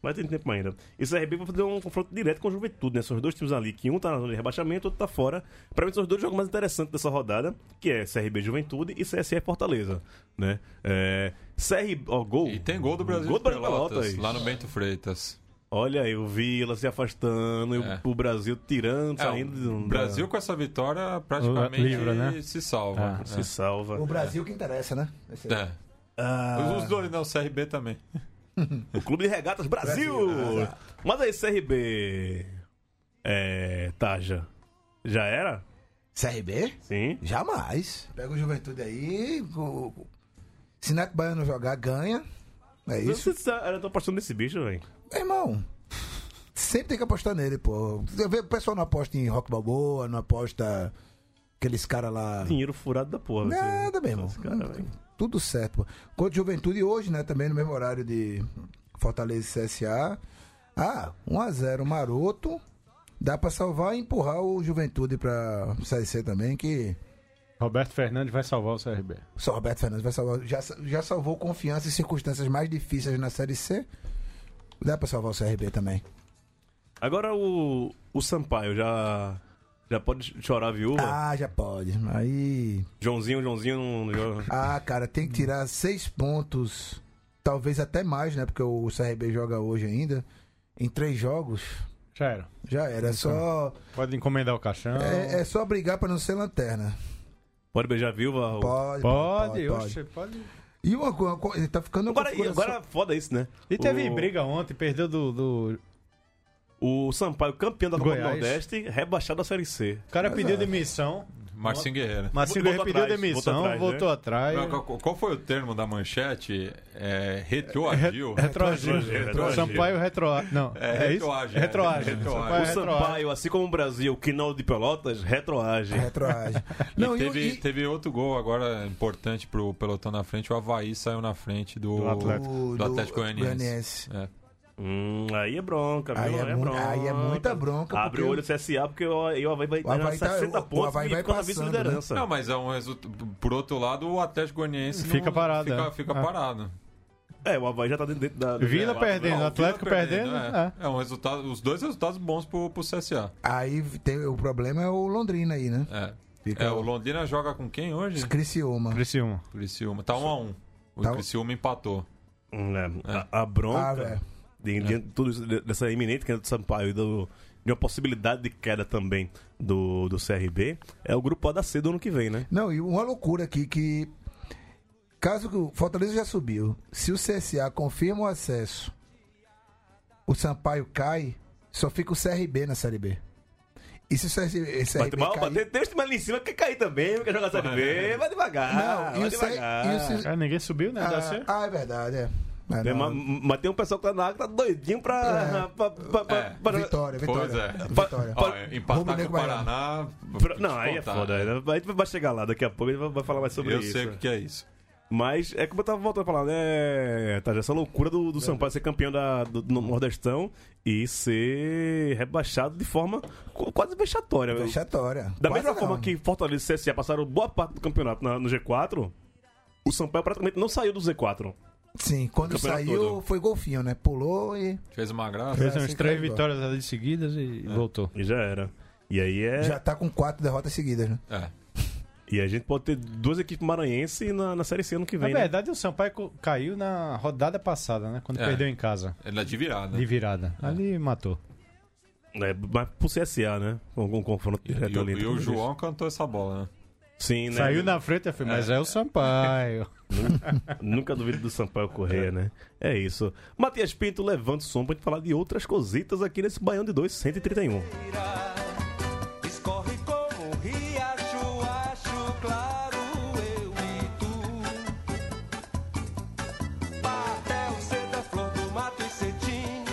[SPEAKER 2] Mas tem tempo ainda. E CRB vai fazer um confronto direto com o Juventude, né? São os dois times ali, que um tá na zona de rebaixamento, outro tá fora. Pra mim são os dois jogos mais interessantes dessa rodada, que é CRB Juventude e CSE Fortaleza, né? É... CRB... Ó, gol.
[SPEAKER 4] E tem gol do Brasil
[SPEAKER 2] Um Gol
[SPEAKER 4] de
[SPEAKER 2] do Brasil de
[SPEAKER 4] Pelotas,
[SPEAKER 2] Pelotas.
[SPEAKER 4] lá no Bento Freitas.
[SPEAKER 2] Olha aí, o Vila se afastando, e o-
[SPEAKER 4] É.
[SPEAKER 2] o Brasil tirando,
[SPEAKER 4] É,
[SPEAKER 2] saindo... um
[SPEAKER 4] o
[SPEAKER 2] do-
[SPEAKER 4] Brasil com essa vitória praticamente
[SPEAKER 6] Livra, né?
[SPEAKER 4] se salva.
[SPEAKER 6] Ah,
[SPEAKER 2] Se salva.
[SPEAKER 3] O Brasil que interessa, né? Esse-
[SPEAKER 4] É. É.
[SPEAKER 2] Ah.
[SPEAKER 4] Os dois, não, o CRB também.
[SPEAKER 2] O Clube de Regatas Brasil!
[SPEAKER 3] Brasil, é,
[SPEAKER 2] Mas aí, CRB. É. Taja. Já era?
[SPEAKER 3] CRB?
[SPEAKER 2] Sim.
[SPEAKER 3] Jamais. Pega o Juventude aí. o- o- Se Neto Baiano jogar, ganha. É isso.
[SPEAKER 2] Você sabe, Eu tô apostando nesse bicho, velho.
[SPEAKER 3] Meu irmão, sempre tem que apostar nele, pô. Eu vejo o pessoal não aposta em Rock Balboa, não aposta aqueles caras lá.
[SPEAKER 2] Dinheiro furado da porra. você-
[SPEAKER 3] Ah. Nada, meu irmão.
[SPEAKER 2] Esse cara, velho.
[SPEAKER 3] Tudo certo, pô. Contra Juventude hoje, né? Também no mesmo horário de Fortaleza e CSA. Ah, 1x0 maroto. Dá pra salvar e empurrar o Juventude pra CSC também, que
[SPEAKER 6] Roberto Fernandes vai salvar o CRB.
[SPEAKER 3] só Roberto Fernandes vai salvar. Já, já salvou confiança em circunstâncias mais difíceis na Série C. Dá pra salvar o CRB também.
[SPEAKER 2] Agora o. O Sampaio já. Já pode chorar a viúva?
[SPEAKER 3] Ah, já pode. Aí.
[SPEAKER 2] Joãozinho, Joãozinho não. jo-
[SPEAKER 3] Ah, cara, tem que tirar seis pontos, talvez até mais, né? Porque o CRB joga hoje ainda. Em três jogos,
[SPEAKER 6] Já era.
[SPEAKER 3] já era. É só,
[SPEAKER 4] Então.
[SPEAKER 6] Pode encomendar o caixão.
[SPEAKER 3] é, é só brigar pra não ser lanterna.
[SPEAKER 2] Pode beijar a viúva? o-
[SPEAKER 3] Pode,
[SPEAKER 6] Pode, oxe, pode.
[SPEAKER 3] E uma coisa, ele tá ficando
[SPEAKER 2] Agora,
[SPEAKER 3] com a
[SPEAKER 2] agora foda isso, né?
[SPEAKER 6] E teve
[SPEAKER 2] O-
[SPEAKER 6] briga ontem, perdeu do. do-
[SPEAKER 2] O Sampaio, campeão da Copa do
[SPEAKER 6] Goiás.
[SPEAKER 2] Nordeste, rebaixado da Série C.
[SPEAKER 6] O cara pediu demissão.
[SPEAKER 4] Marcinho Guerreiro.
[SPEAKER 6] Marcinho
[SPEAKER 2] Voltou
[SPEAKER 6] Guerreiro pediu
[SPEAKER 2] atrás, voltou
[SPEAKER 6] demissão,
[SPEAKER 2] atrás, né?
[SPEAKER 6] voltou atrás.
[SPEAKER 4] Não, Qual, qual foi o termo da manchete? É, retroagiu?
[SPEAKER 6] Retroagiu.
[SPEAKER 2] Retroagiu, retroagiu.
[SPEAKER 6] Sampaio retroage. Não,
[SPEAKER 4] É,
[SPEAKER 6] é, isso?
[SPEAKER 4] retroage, é. Retroage.
[SPEAKER 6] Retroage. Sampaio
[SPEAKER 2] o
[SPEAKER 6] retroage.
[SPEAKER 2] Sampaio, assim como o Brasil, que não de Pelotas, retroage.
[SPEAKER 3] É. retroagem. Não,
[SPEAKER 4] e
[SPEAKER 3] e, o-
[SPEAKER 4] teve,
[SPEAKER 3] e-
[SPEAKER 4] teve outro gol agora importante pro pelotão na frente. O Havaí saiu na frente do,
[SPEAKER 6] Do Atlético.
[SPEAKER 3] o-
[SPEAKER 4] do Atlético Goianiense.
[SPEAKER 3] Goianiense.
[SPEAKER 4] É.
[SPEAKER 2] Hum, aí é bronca, viu?
[SPEAKER 3] Aí é, mu-
[SPEAKER 2] bronca.
[SPEAKER 3] aí é muita bronca.
[SPEAKER 2] Abre o
[SPEAKER 3] porque
[SPEAKER 2] olho do CSA, porque o, e o Havaí vai
[SPEAKER 3] O Havaí
[SPEAKER 2] ganhar
[SPEAKER 3] tá-
[SPEAKER 2] 60
[SPEAKER 3] o- o
[SPEAKER 2] pontos
[SPEAKER 3] Havaí
[SPEAKER 2] e
[SPEAKER 3] vai
[SPEAKER 2] fica na
[SPEAKER 3] passando, né?
[SPEAKER 2] vice-liderança.
[SPEAKER 4] Não, mas é um resultado. Por outro lado, o Atlético Goianiense não-
[SPEAKER 6] Fica parado,
[SPEAKER 4] Fica,
[SPEAKER 6] é.
[SPEAKER 4] fica
[SPEAKER 6] É.
[SPEAKER 4] parado.
[SPEAKER 2] É, o Havaí já tá dentro, dentro da... da-
[SPEAKER 6] Vila
[SPEAKER 2] da- né?
[SPEAKER 6] perdendo,
[SPEAKER 4] Não, o
[SPEAKER 6] Atlético
[SPEAKER 4] Vila
[SPEAKER 6] perdendo. é.
[SPEAKER 4] É, É um resultado, os dois resultados bons pro, pro CSA.
[SPEAKER 3] Aí tem, o problema é o Londrina aí, né?
[SPEAKER 4] É.
[SPEAKER 3] Fica
[SPEAKER 4] É, o Londrina joga com quem hoje?
[SPEAKER 3] Criciúma.
[SPEAKER 6] Criciúma.
[SPEAKER 4] Criciúma. Tá 1 a 1 O
[SPEAKER 3] Tá um-
[SPEAKER 4] Criciúma empatou.
[SPEAKER 2] Hum, é. A, a
[SPEAKER 3] Ah,
[SPEAKER 2] bronca...
[SPEAKER 3] velho.
[SPEAKER 2] de, de- tudo isso, de- dessa iminente queda do Sampaio e do- de uma possibilidade de queda também do, do CRB, é o grupo A da C do ano que vem, né?
[SPEAKER 3] Não, e uma loucura aqui que. Caso que o Fortaleza já subiu, se o CSA confirma o acesso, o Sampaio cai, só fica o CRB na Série B. E se o CRB,
[SPEAKER 2] Vai ter mal,
[SPEAKER 3] cair-
[SPEAKER 2] bater texto, mas lá em cima quer cair também, quer jogar Série B, vai devagar.
[SPEAKER 3] Não, e
[SPEAKER 2] vai
[SPEAKER 3] o C-
[SPEAKER 2] devagar.
[SPEAKER 3] e o C-
[SPEAKER 6] Cara, ninguém subiu, né? Da C.
[SPEAKER 3] Ah, ah, é verdade, é. É,
[SPEAKER 2] Tem ma-
[SPEAKER 3] não,
[SPEAKER 2] mas tem um pessoal que tá na água que tá doidinho pra. pra- pra- pra-
[SPEAKER 4] É.
[SPEAKER 2] pra-
[SPEAKER 3] Vitória,
[SPEAKER 4] Pois
[SPEAKER 3] vitória.
[SPEAKER 4] é.
[SPEAKER 3] Vitória.
[SPEAKER 4] Ó,
[SPEAKER 3] Rubro
[SPEAKER 4] empatar com
[SPEAKER 3] Negro
[SPEAKER 4] o Paraná.
[SPEAKER 2] pra- Não, aí é
[SPEAKER 4] descontar,
[SPEAKER 2] foda.
[SPEAKER 4] né?
[SPEAKER 2] né? A gente vai chegar lá daqui a pouco, a gente vai- vai falar mais sobre
[SPEAKER 4] Eu
[SPEAKER 2] isso.
[SPEAKER 4] sei o que que é isso.
[SPEAKER 2] Mas é como eu tava voltando a falar, né? Tá, essa loucura do,
[SPEAKER 3] É.
[SPEAKER 2] do Sampaio ser campeão da- do, do Nordestão e ser rebaixado de forma qu- quase vexatória. velho.
[SPEAKER 3] Vexatória.
[SPEAKER 2] Da
[SPEAKER 3] Quase
[SPEAKER 2] mesma
[SPEAKER 3] não.
[SPEAKER 2] forma que Fortaleza e CSA passaram boa parte do campeonato na- no G4, o Sampaio praticamente não saiu do Z4.
[SPEAKER 3] Sim, quando
[SPEAKER 2] Campeonato
[SPEAKER 3] saiu
[SPEAKER 2] todo.
[SPEAKER 3] foi golfinho, né? Pulou e
[SPEAKER 4] Fez uma graça.
[SPEAKER 6] Fez
[SPEAKER 3] É,
[SPEAKER 6] umas
[SPEAKER 3] assim
[SPEAKER 6] três
[SPEAKER 3] que é
[SPEAKER 6] vitórias ali seguidas e voltou.
[SPEAKER 2] E já era. E aí é.
[SPEAKER 3] já tá com quatro derrotas seguidas, né?
[SPEAKER 4] É.
[SPEAKER 2] E a gente pode ter duas equipes maranhenses na, na Série C ano que
[SPEAKER 6] Na
[SPEAKER 3] É
[SPEAKER 2] vem. né?
[SPEAKER 6] verdade, o Sampaio co- caiu na rodada passada, né? Quando
[SPEAKER 4] É.
[SPEAKER 6] perdeu em casa,
[SPEAKER 4] Ele é de virada.
[SPEAKER 6] de virada. Ali matou.
[SPEAKER 2] É, mas pro CSA, né? Com, com confronto
[SPEAKER 4] E, é
[SPEAKER 2] direto
[SPEAKER 4] e o,
[SPEAKER 2] ali.
[SPEAKER 4] e o João cantou essa bola, né?
[SPEAKER 2] Sim, né?
[SPEAKER 6] Saiu na frente, eu falei, mas é o Sampaio.
[SPEAKER 2] Nunca duvido do Sampaio Correia, né? É isso. Matias Pinto, levanta o som pra gente falar de outras cositas aqui nesse Baião de 2, 131.
[SPEAKER 7] Escorre como um riacho, acho claro eu e tu. Papel, seda, flor do mato e cetim.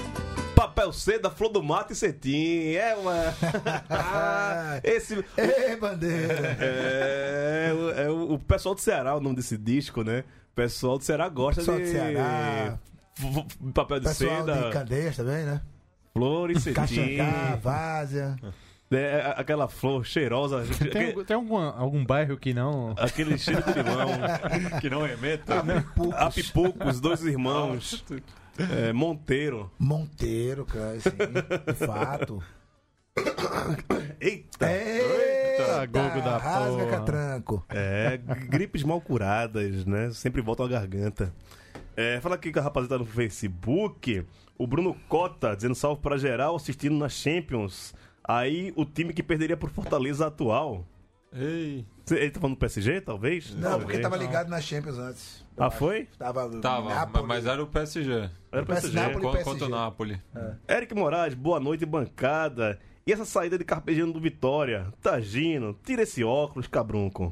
[SPEAKER 2] Papel seda, flor do mato e cetim. É uma. Ah, Esse.
[SPEAKER 3] Ê, bandeira!
[SPEAKER 2] É, o- é o, o pessoal do Ceará, o nome desse disco, né? O pessoal do Ceará gosta
[SPEAKER 3] Pessoal
[SPEAKER 2] de.
[SPEAKER 3] do Ceará.
[SPEAKER 2] F- f- Papel de
[SPEAKER 3] Pessoal de
[SPEAKER 2] seda,
[SPEAKER 3] Candeias também, né?
[SPEAKER 2] flor e cetim.
[SPEAKER 3] Caxangá, Várzea.
[SPEAKER 2] É, a- aquela flor cheirosa.
[SPEAKER 6] Tem,
[SPEAKER 2] aque-
[SPEAKER 6] algum- tem algum, algum bairro que não.
[SPEAKER 2] Aquele cheiro de limão.
[SPEAKER 4] Que não
[SPEAKER 2] Tá.
[SPEAKER 4] remeta.
[SPEAKER 2] A Pipuco, os dois irmãos. É, Monteiro.
[SPEAKER 3] Monteiro, cara, assim, de fato.
[SPEAKER 2] Eita!
[SPEAKER 3] Eita,
[SPEAKER 6] Gogo da
[SPEAKER 3] rasga
[SPEAKER 6] porra.
[SPEAKER 3] catranco.
[SPEAKER 2] É, gripes mal curadas, né? Sempre voltam à garganta. É, fala aqui com a rapaziada no Facebook. O Bruno Cota dizendo salve pra geral assistindo na Champions. Aí o time que perderia pro Fortaleza atual.
[SPEAKER 4] Ei.
[SPEAKER 2] Cê- Ele tá falando do PSG, talvez?
[SPEAKER 3] Não, porque
[SPEAKER 2] Talvez.
[SPEAKER 3] tava ligado na Champions antes.
[SPEAKER 2] Ah, foi?
[SPEAKER 3] Tava,
[SPEAKER 4] Tava,
[SPEAKER 3] Nápoles.
[SPEAKER 4] mas era o PSG.
[SPEAKER 2] Era o PSG.
[SPEAKER 3] Nápoles,
[SPEAKER 4] Contra
[SPEAKER 3] PSG.
[SPEAKER 4] o Napoli.
[SPEAKER 2] Eric Moraes, boa noite, bancada. E essa saída de Carpegiano do Vitória? Tagino, tira esse óculos, cabrunco.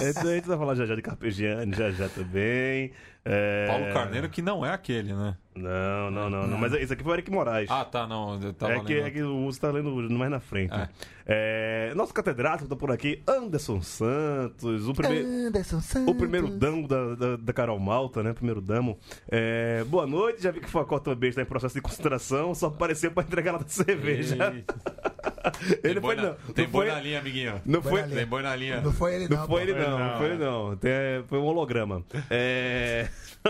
[SPEAKER 2] é, a gente vai falar já já de Carpegiani, já já também. É...
[SPEAKER 4] Paulo Carneiro, que não é aquele, né?
[SPEAKER 2] Não, não, não, não. Mas é, isso aqui foi o Eric Moraes.
[SPEAKER 4] Ah, tá, não. Eu tava
[SPEAKER 2] é, que,
[SPEAKER 4] lendo.
[SPEAKER 2] é que o Uso tá lendo mais na frente. É, nosso catedrático tá por aqui, Anderson Santos, o primeiro.
[SPEAKER 3] Anderson
[SPEAKER 2] O
[SPEAKER 3] Santos.
[SPEAKER 2] primeiro damo da, da, da Carol Malta, né? Primeiro damo. É, boa noite, já vi que o Facó também está em processo de concentração, só apareceu para entregar ela da cerveja.
[SPEAKER 4] Tem
[SPEAKER 2] Ele
[SPEAKER 4] boi
[SPEAKER 2] foi,
[SPEAKER 4] na-
[SPEAKER 2] não.
[SPEAKER 4] Tem
[SPEAKER 2] não
[SPEAKER 4] boi
[SPEAKER 2] foi,
[SPEAKER 4] na linha, amiguinho.
[SPEAKER 2] não foi,
[SPEAKER 3] na linha.
[SPEAKER 4] Tem boi na linha.
[SPEAKER 3] Não foi ele, não.
[SPEAKER 2] não foi ele,
[SPEAKER 3] pô.
[SPEAKER 2] não.
[SPEAKER 6] não,
[SPEAKER 2] não foi ele, não. Tem- foi um holograma. É,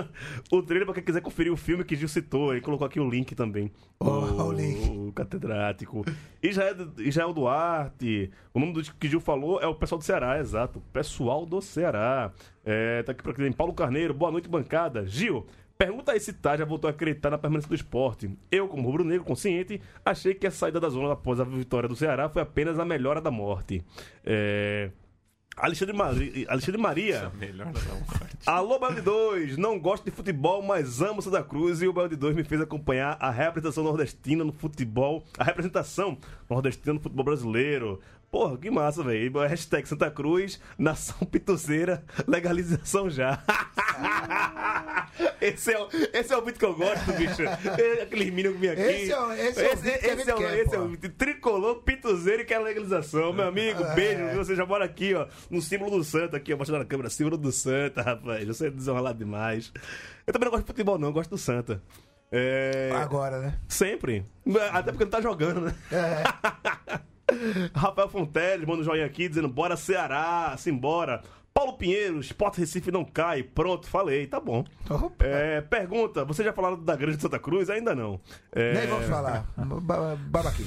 [SPEAKER 2] o trailer, pra quem quiser conferir o filme que Gil citou, ele colocou aqui o link também.
[SPEAKER 3] Oh, o link.
[SPEAKER 2] o catedrático. é Israel, Israel Duarte. O nome do que Gil falou é o pessoal do Ceará, exato. Pessoal do Ceará. É, tá aqui pra quem Paulo Carneiro. Boa noite, bancada. Gil. Pergunta aí se Tá já voltou a acreditar na permanência do esporte. Eu, como rubro-negro consciente, achei que a saída da zona após a vitória do Ceará foi apenas a melhora da morte. É, Alexandre, Mari- Alexandre Maria.
[SPEAKER 4] Melhor não.
[SPEAKER 2] Alô, Baile 2! Não gosto de futebol, mas amo Santa Cruz e o Baile 2 me fez acompanhar a representação nordestina no futebol. A representação nordestina no futebol brasileiro. Porra, que massa, velho. Hashtag Santa Cruz, nação pituzeira, legalização já. esse, é o, esse é o vídeo que eu gosto, bicho. É Aquele mínimo que vem aqui.
[SPEAKER 3] Esse é o- esse é o vídeo que a gente
[SPEAKER 2] esse é o-
[SPEAKER 3] quer, Ah,
[SPEAKER 2] esse é o
[SPEAKER 3] porra.
[SPEAKER 2] Tricolor, pituzeiro e quer legalização, meu amigo.
[SPEAKER 3] é.
[SPEAKER 2] Beijo, viu? Você já mora aqui, ó, no símbolo do Santa, aqui, ó, mostrando na câmera, símbolo do Santa, rapaz. Você é desenrolado demais. Eu também não gosto de futebol, não, eu gosto do Santa. É.
[SPEAKER 3] Agora, né?
[SPEAKER 2] Sempre. Até porque não tá jogando, né?
[SPEAKER 3] É.
[SPEAKER 2] Rafael Fontelli manda um joinha aqui dizendo: bora Ceará, simbora. Paulo Pinheiro, Sport Recife não cai. Pronto, falei, tá bom.
[SPEAKER 3] Opa.
[SPEAKER 2] É, pergunta: vocês já falaram da Grande Santa Cruz? Ainda não. É,
[SPEAKER 3] Nem vamos falar. Ba- Babaqui.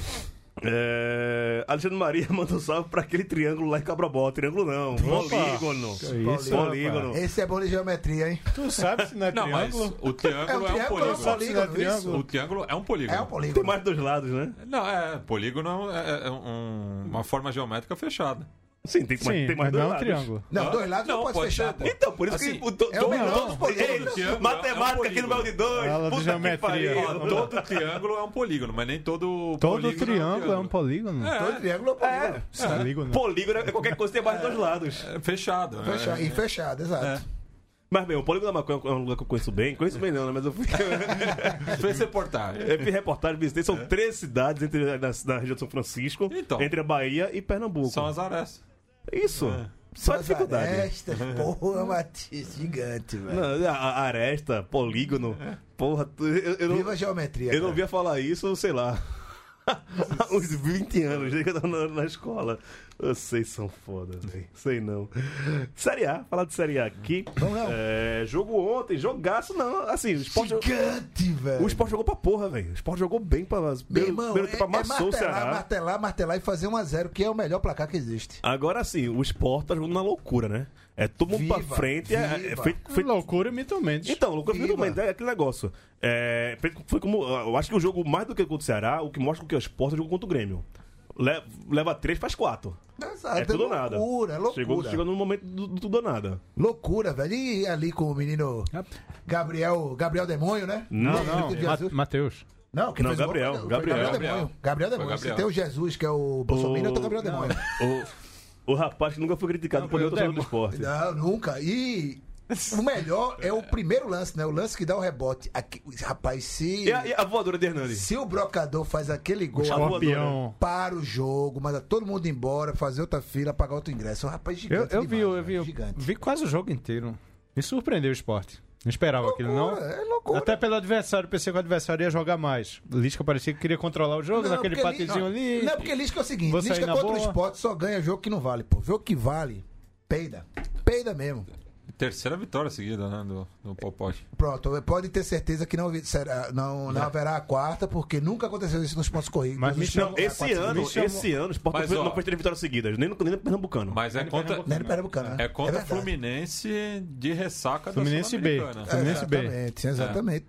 [SPEAKER 2] é, Alexandre Maria manda um salve pra aquele triângulo lá em Cabrobó. Triângulo não, um polígono.
[SPEAKER 6] Isso,
[SPEAKER 2] polígono.
[SPEAKER 3] Esse é bom de geometria, hein?
[SPEAKER 6] Tu sabe se não é
[SPEAKER 4] Não, mas
[SPEAKER 6] triângulo?
[SPEAKER 4] o triângulo é um
[SPEAKER 3] é um
[SPEAKER 4] polígono.
[SPEAKER 3] polígono, isso.
[SPEAKER 4] O triângulo é um
[SPEAKER 3] É um
[SPEAKER 4] polígono.
[SPEAKER 2] Tem
[SPEAKER 3] polígono.
[SPEAKER 2] mais dois lados, né?
[SPEAKER 4] Não, é. Polígono é um- é, é um- uma forma geométrica fechada.
[SPEAKER 2] Sim, tem, mais,
[SPEAKER 6] Sim,
[SPEAKER 2] tem mais dois
[SPEAKER 6] mas não é um
[SPEAKER 2] lados.
[SPEAKER 6] triângulo.
[SPEAKER 3] Não, dois lados não,
[SPEAKER 4] Não,
[SPEAKER 3] pode,
[SPEAKER 4] pode
[SPEAKER 3] fechar,
[SPEAKER 4] ser.
[SPEAKER 3] pô.
[SPEAKER 2] Então, por isso
[SPEAKER 4] Assim,
[SPEAKER 2] que o to,
[SPEAKER 3] é o
[SPEAKER 2] todo-
[SPEAKER 3] melhor.
[SPEAKER 2] todos os
[SPEAKER 4] Todo
[SPEAKER 2] poderes.
[SPEAKER 4] triângulo é um
[SPEAKER 2] matemática aqui no
[SPEAKER 4] polígono.
[SPEAKER 2] Bel de dois.
[SPEAKER 6] Aula de
[SPEAKER 2] puta que
[SPEAKER 6] geometria.
[SPEAKER 2] pariu.
[SPEAKER 4] Ó, todo triângulo é um polígono, mas nem todo
[SPEAKER 6] Todo
[SPEAKER 4] polígono
[SPEAKER 6] triângulo é um polígono?
[SPEAKER 3] Todo triângulo é um polígono.
[SPEAKER 6] Polígono.
[SPEAKER 2] Polígono é qualquer coisa que tem mais dois lados.
[SPEAKER 4] É fechado. né?
[SPEAKER 3] Fecha- E fechado, exato.
[SPEAKER 2] Mas bem, o Polígono da Maconha é um lugar que eu conheço bem. Conheço bem não, né? Mas eu fui...
[SPEAKER 4] Fez reportagem. É.
[SPEAKER 2] eu fiz reportagem, visitei. São três cidades entre, na, na região de São Francisco,
[SPEAKER 4] Então.
[SPEAKER 2] entre a Bahia e Pernambuco.
[SPEAKER 4] São as arestas.
[SPEAKER 2] Isso. Só
[SPEAKER 3] As
[SPEAKER 2] dificuldade.
[SPEAKER 3] Arestas, porra, Matias, gigante, velho.
[SPEAKER 2] Não, é a, a aresta, polígono, porra, tu- eu, eu não,
[SPEAKER 3] Viva a geometria.
[SPEAKER 2] eu não
[SPEAKER 3] cara.
[SPEAKER 2] via falar isso, sei lá, há uns 20 anos, desde que eu tava na, na escola. Vocês são foda, velho. Sei não. Série A, falar de Série A aqui.
[SPEAKER 3] Vamos, Léo.
[SPEAKER 2] É, jogo ontem, jogaço não, assim, o esporte...
[SPEAKER 3] Gigante, velho.
[SPEAKER 2] O esporte jogou pra porra, velho. O esporte jogou bem pra.
[SPEAKER 3] Meu
[SPEAKER 2] pelo-
[SPEAKER 3] irmão,
[SPEAKER 2] pelo
[SPEAKER 3] é,
[SPEAKER 2] tempo
[SPEAKER 3] é
[SPEAKER 2] amassou o
[SPEAKER 3] martelar,
[SPEAKER 2] Ceará.
[SPEAKER 3] martelar, martelar e fazer 1x0, que é o melhor placar que existe.
[SPEAKER 2] Agora sim, o esporte tá jogando na loucura, né? É todo mundo pra
[SPEAKER 3] Viva,
[SPEAKER 2] frente, é, é
[SPEAKER 3] viva.
[SPEAKER 2] feito, feito
[SPEAKER 6] Loucura e Milton Mendes.
[SPEAKER 2] Então, Lucas,
[SPEAKER 3] Viva.
[SPEAKER 2] Vitor Mendes é aquele negócio. É, foi como. Eu acho que o jogo, mais do que contra o Ceará, o que mostra que o esporte é o jogo contra o Grêmio. Le- leva três, faz quatro.
[SPEAKER 3] Exato,
[SPEAKER 2] é tudo ou nada.
[SPEAKER 3] Ah, loucura, é loucura.
[SPEAKER 2] Chegou, chegou no momento do, do tudo ou nada.
[SPEAKER 3] Loucura, velho. E ali com o menino Gabriel, Gabriel Demônio, né?
[SPEAKER 6] Não,
[SPEAKER 3] Menino
[SPEAKER 6] não,
[SPEAKER 3] de
[SPEAKER 6] Ma-
[SPEAKER 3] Jesus.
[SPEAKER 6] Matheus.
[SPEAKER 3] Não, quem
[SPEAKER 2] Não,
[SPEAKER 3] fez o gol
[SPEAKER 2] Gabriel,
[SPEAKER 3] foi- foi
[SPEAKER 2] Gabriel.
[SPEAKER 3] Gabriel Demônio. Gabriel Demônio. Você
[SPEAKER 4] Gabriel.
[SPEAKER 3] tem o Jesus, que é o Bolsonaro, eu tô Gabriel Demônio.
[SPEAKER 2] O, o rapaz que nunca foi criticado por nenhum torcedor do esporte.
[SPEAKER 3] Não, nunca. E o melhor é o primeiro lance, né? O lance que dá o rebote. Aqui, rapaz, se,
[SPEAKER 2] E a, e a voadora de Hernandes?
[SPEAKER 3] se o brocador faz aquele gol,
[SPEAKER 6] Escorpião.
[SPEAKER 3] para o jogo, manda todo mundo embora, fazer outra fila, pagar outro ingresso. O rapaz
[SPEAKER 6] Eu,
[SPEAKER 3] gigante.
[SPEAKER 6] eu vi,
[SPEAKER 3] demais,
[SPEAKER 6] eu vi.
[SPEAKER 3] velho,
[SPEAKER 6] eu
[SPEAKER 3] Gigante.
[SPEAKER 6] Vi quase o jogo inteiro. Me surpreendeu o esporte. Não esperava aquilo, não.
[SPEAKER 3] Loucura, é loucura.
[SPEAKER 6] Até pelo adversário, pensei que o adversário ia jogar mais. O Lisca parecia que queria controlar o jogo, naquele
[SPEAKER 3] porque
[SPEAKER 6] patezinho ali.
[SPEAKER 3] Não, porque Lisca é o seguinte:
[SPEAKER 6] Vou
[SPEAKER 3] Lisca
[SPEAKER 6] sair na
[SPEAKER 3] contra o
[SPEAKER 6] boa.
[SPEAKER 3] esporte só ganha jogo que não vale, pô. Jogo que vale, peida. Peida mesmo.
[SPEAKER 4] Terceira vitória seguida, né? Do, do Popote.
[SPEAKER 3] Pronto, pode ter certeza que não, será, não, não haverá a quarta, porque nunca aconteceu isso nos pontos corridos.
[SPEAKER 6] Mas me
[SPEAKER 3] Os
[SPEAKER 6] chamou-
[SPEAKER 3] pontos-
[SPEAKER 2] Esse ano,
[SPEAKER 6] me chamou-
[SPEAKER 2] esse ano, o esporte
[SPEAKER 4] Mas,
[SPEAKER 2] não
[SPEAKER 4] ó.
[SPEAKER 2] fez- não fez três vitórias seguidas, nem no, nem no Pernambucano.
[SPEAKER 4] Mas é contra,
[SPEAKER 3] Não era Pernambucano, né?
[SPEAKER 4] é contra o
[SPEAKER 3] verdade.
[SPEAKER 4] Fluminense de ressaca
[SPEAKER 6] Fluminense
[SPEAKER 4] da
[SPEAKER 6] B.
[SPEAKER 4] Sul-Americana.
[SPEAKER 6] Fluminense B. É.
[SPEAKER 3] Exatamente, exatamente.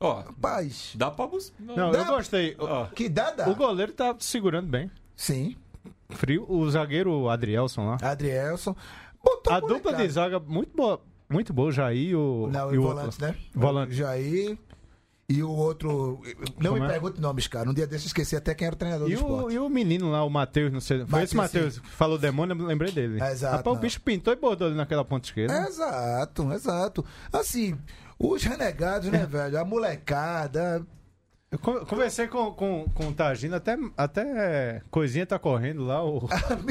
[SPEAKER 4] Ó,
[SPEAKER 3] Rapaz,
[SPEAKER 4] dá pra buscar.
[SPEAKER 6] Não,
[SPEAKER 3] Dá-
[SPEAKER 6] eu gostei. O-
[SPEAKER 4] Ó,
[SPEAKER 3] que dá, dá.
[SPEAKER 6] O goleiro tá segurando bem.
[SPEAKER 3] Sim,
[SPEAKER 6] Frio. O zagueiro Adrielson
[SPEAKER 3] É,
[SPEAKER 6] lá.
[SPEAKER 3] Adrielson. Botou
[SPEAKER 6] A
[SPEAKER 3] molecada.
[SPEAKER 6] dupla de zaga muito boa. Muito boa, o Jair e o,
[SPEAKER 3] Não,
[SPEAKER 6] e
[SPEAKER 3] e
[SPEAKER 6] o
[SPEAKER 3] volante,
[SPEAKER 6] outro.
[SPEAKER 3] né?
[SPEAKER 6] Volante.
[SPEAKER 3] Jair e o outro. Não
[SPEAKER 6] Como
[SPEAKER 3] me
[SPEAKER 6] é?
[SPEAKER 3] pergunte nomes, cara. Um dia desse eu esqueci até quem era o treinador
[SPEAKER 6] E
[SPEAKER 3] do
[SPEAKER 6] o,
[SPEAKER 3] esporte.
[SPEAKER 6] e o menino lá, o Matheus, não sei. Foi esse
[SPEAKER 3] Matheus,
[SPEAKER 6] Matheus que falou demônio, eu lembrei dele.
[SPEAKER 3] É, exato,
[SPEAKER 6] Rapaz,
[SPEAKER 3] não. É,
[SPEAKER 6] o bicho pintou e bordou ali naquela ponta esquerda.
[SPEAKER 3] Exato, exato. Assim, os renegados, né, velho? A molecada.
[SPEAKER 6] Eu con- conversei com, com, com o Tagino, até, até Coisinha tá correndo lá. O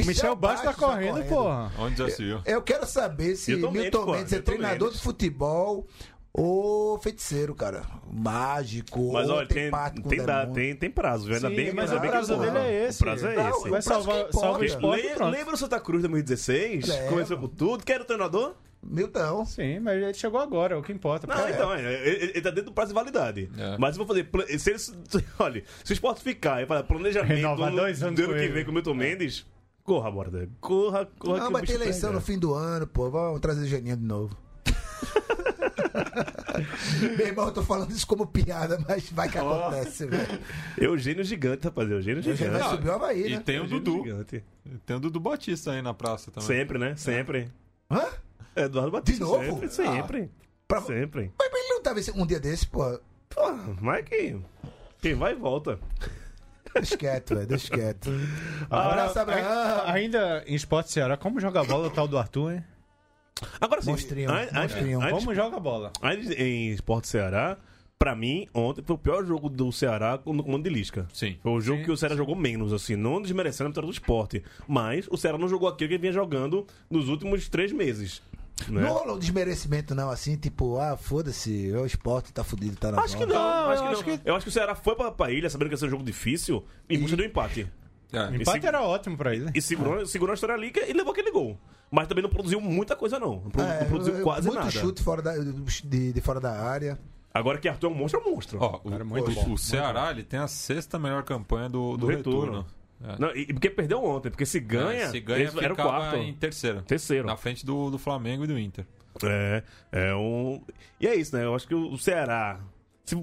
[SPEAKER 6] Michel, Baixo tá correndo, porra.
[SPEAKER 4] onde já se viu?
[SPEAKER 3] Eu quero saber se
[SPEAKER 2] Eu tô
[SPEAKER 3] Milton
[SPEAKER 2] vendo, pô,
[SPEAKER 3] Mendes é
[SPEAKER 2] eu tô
[SPEAKER 3] treinador
[SPEAKER 2] vendo.
[SPEAKER 3] de futebol ou feiticeiro, cara. Mágico,
[SPEAKER 2] Mas
[SPEAKER 3] ou
[SPEAKER 2] olha, tem,
[SPEAKER 3] pacto com o
[SPEAKER 2] tem, dá-
[SPEAKER 3] demônio.
[SPEAKER 2] tem, tem prazo, viu? Ainda
[SPEAKER 6] Sim,
[SPEAKER 2] bem
[SPEAKER 6] mas
[SPEAKER 2] ainda
[SPEAKER 6] o
[SPEAKER 2] bem que
[SPEAKER 6] prazo
[SPEAKER 2] porra,
[SPEAKER 6] dele é esse.
[SPEAKER 2] O prazo é
[SPEAKER 3] Não,
[SPEAKER 2] esse.
[SPEAKER 3] Mas
[SPEAKER 6] Vai
[SPEAKER 3] que
[SPEAKER 6] salvar,
[SPEAKER 3] importa.
[SPEAKER 6] salva o esporte.
[SPEAKER 2] Le-
[SPEAKER 6] e pronto.
[SPEAKER 2] lembra o Santa Cruz 2016?
[SPEAKER 3] Lembro.
[SPEAKER 2] Começou com tudo. Quer o treinador?
[SPEAKER 3] Milton.
[SPEAKER 6] Sim, mas ele chegou agora, é o que importa.
[SPEAKER 2] Não, então, é, ele, ele tá dentro do prazo de validade.
[SPEAKER 4] É.
[SPEAKER 2] Mas eu vou fazer. pla- Se eles, olha, se o esporte ficar e falar planejamento
[SPEAKER 6] Renovar
[SPEAKER 2] no-
[SPEAKER 6] dois anos
[SPEAKER 2] do ano
[SPEAKER 6] com
[SPEAKER 2] que
[SPEAKER 6] ele.
[SPEAKER 2] vem com o Milton Mendes, corra, borda. Corra, corra.
[SPEAKER 3] É. Não,
[SPEAKER 2] que o
[SPEAKER 3] mas tem
[SPEAKER 2] bicho tá
[SPEAKER 3] eleição
[SPEAKER 2] pega.
[SPEAKER 3] no fim do ano, pô. Vamos trazer Geninho de novo. Meu irmão, eu tô falando isso como piada, mas vai que acontece, velho.
[SPEAKER 2] Eugênio é gigante, rapaz. Eugênio
[SPEAKER 3] Já
[SPEAKER 2] gigante.
[SPEAKER 3] vai subir o Havaí,
[SPEAKER 4] E
[SPEAKER 3] né?
[SPEAKER 4] tem o
[SPEAKER 2] Eugênio é
[SPEAKER 4] Dudu.
[SPEAKER 2] Gigante.
[SPEAKER 4] Tem o Dudu Batista aí na praça também.
[SPEAKER 2] Sempre, né? Sempre. É,
[SPEAKER 3] Hã?
[SPEAKER 2] Eduardo Batista.
[SPEAKER 3] De novo? Ah.
[SPEAKER 2] Sempre. Sempre.
[SPEAKER 3] Pra-
[SPEAKER 2] Sempre.
[SPEAKER 3] Mas ele não tava esse- um dia desse, pô.
[SPEAKER 2] Porra, mas que. Quem vai e volta.
[SPEAKER 3] Deixa quieto, velho. Deixa quieto.
[SPEAKER 2] Ah, é.
[SPEAKER 3] Abraço, Abraão.
[SPEAKER 6] Ainda em esporte Ceará, como joga bola o tal do Arthur, hein?
[SPEAKER 2] Agora sim.
[SPEAKER 3] Mostrinho,
[SPEAKER 2] an- an-
[SPEAKER 3] mostrinho.
[SPEAKER 2] antes-
[SPEAKER 6] Como joga bola?
[SPEAKER 2] antes em Esporte Ceará, pra mim, ontem foi o pior jogo do Ceará no comando de Lisca.
[SPEAKER 4] Sim.
[SPEAKER 2] Foi o jogo que o Ceará jogou menos, assim, não desmerecendo a vitória do esporte. Mas o Ceará não jogou aquilo que ele vinha jogando nos últimos três meses. Né?
[SPEAKER 3] Não rolou um desmerecimento, não, assim, tipo, ah, foda-se, é o esporte, tá fudido, tá na
[SPEAKER 2] Acho que
[SPEAKER 3] volta.
[SPEAKER 2] não,
[SPEAKER 6] Não,
[SPEAKER 2] acho,
[SPEAKER 6] eu
[SPEAKER 2] que
[SPEAKER 6] acho
[SPEAKER 2] não. Eu acho que o Ceará foi pra, pra ilha sabendo que ia ser um jogo difícil em busca do empate.
[SPEAKER 4] É.
[SPEAKER 6] Empate
[SPEAKER 2] se-
[SPEAKER 6] era ótimo pra ele.
[SPEAKER 2] E segurou, segurou a história ali que- e levou aquele gol. Mas também não produziu muita coisa, não. Não, produ- não produziu quase
[SPEAKER 3] É, muito
[SPEAKER 2] nada.
[SPEAKER 3] chute fora da, de, de fora da área.
[SPEAKER 2] Agora que Arthur é um monstro, é um monstro.
[SPEAKER 4] Ó, o,
[SPEAKER 6] Cara, muito
[SPEAKER 4] o-
[SPEAKER 6] bom,
[SPEAKER 4] o
[SPEAKER 6] muito
[SPEAKER 4] Ceará ele tem a sexta melhor campanha do,
[SPEAKER 2] Do
[SPEAKER 4] do
[SPEAKER 2] retorno.
[SPEAKER 4] retorno. É.
[SPEAKER 2] Não, e, e porque perdeu ontem, porque se ganha,
[SPEAKER 4] É, se ganha,
[SPEAKER 2] esse era o
[SPEAKER 4] ficava
[SPEAKER 2] quarto.
[SPEAKER 4] em terceiro.
[SPEAKER 2] Terceiro.
[SPEAKER 4] Na frente do, do Flamengo e do Inter.
[SPEAKER 2] É, é um. E é isso, né? Eu acho que o Ceará. Se,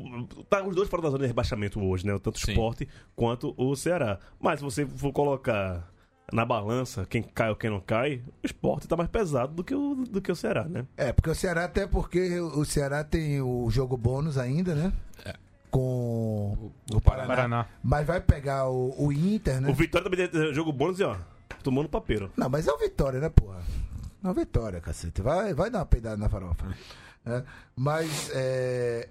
[SPEAKER 2] tá os dois fora da zona de rebaixamento hoje, né? Tanto o
[SPEAKER 4] Sim.
[SPEAKER 2] esporte quanto o Ceará. Mas se você for colocar na balança quem cai ou quem não cai, o esporte tá mais pesado do que o, do que o Ceará, né?
[SPEAKER 3] É, porque o Ceará, até porque o Ceará tem o jogo bônus ainda, né?
[SPEAKER 2] É.
[SPEAKER 3] Com.
[SPEAKER 4] O Paraná.
[SPEAKER 6] Paraná.
[SPEAKER 3] Mas vai pegar o, o Inter, né?
[SPEAKER 2] O Vitória também tem jogo bônus e ó, tomou no papeiro.
[SPEAKER 3] Não, mas é o Vitória, né, porra? Não, Vitória, cacete. Vai, vai dar uma peidada na farofa. né? Mas é,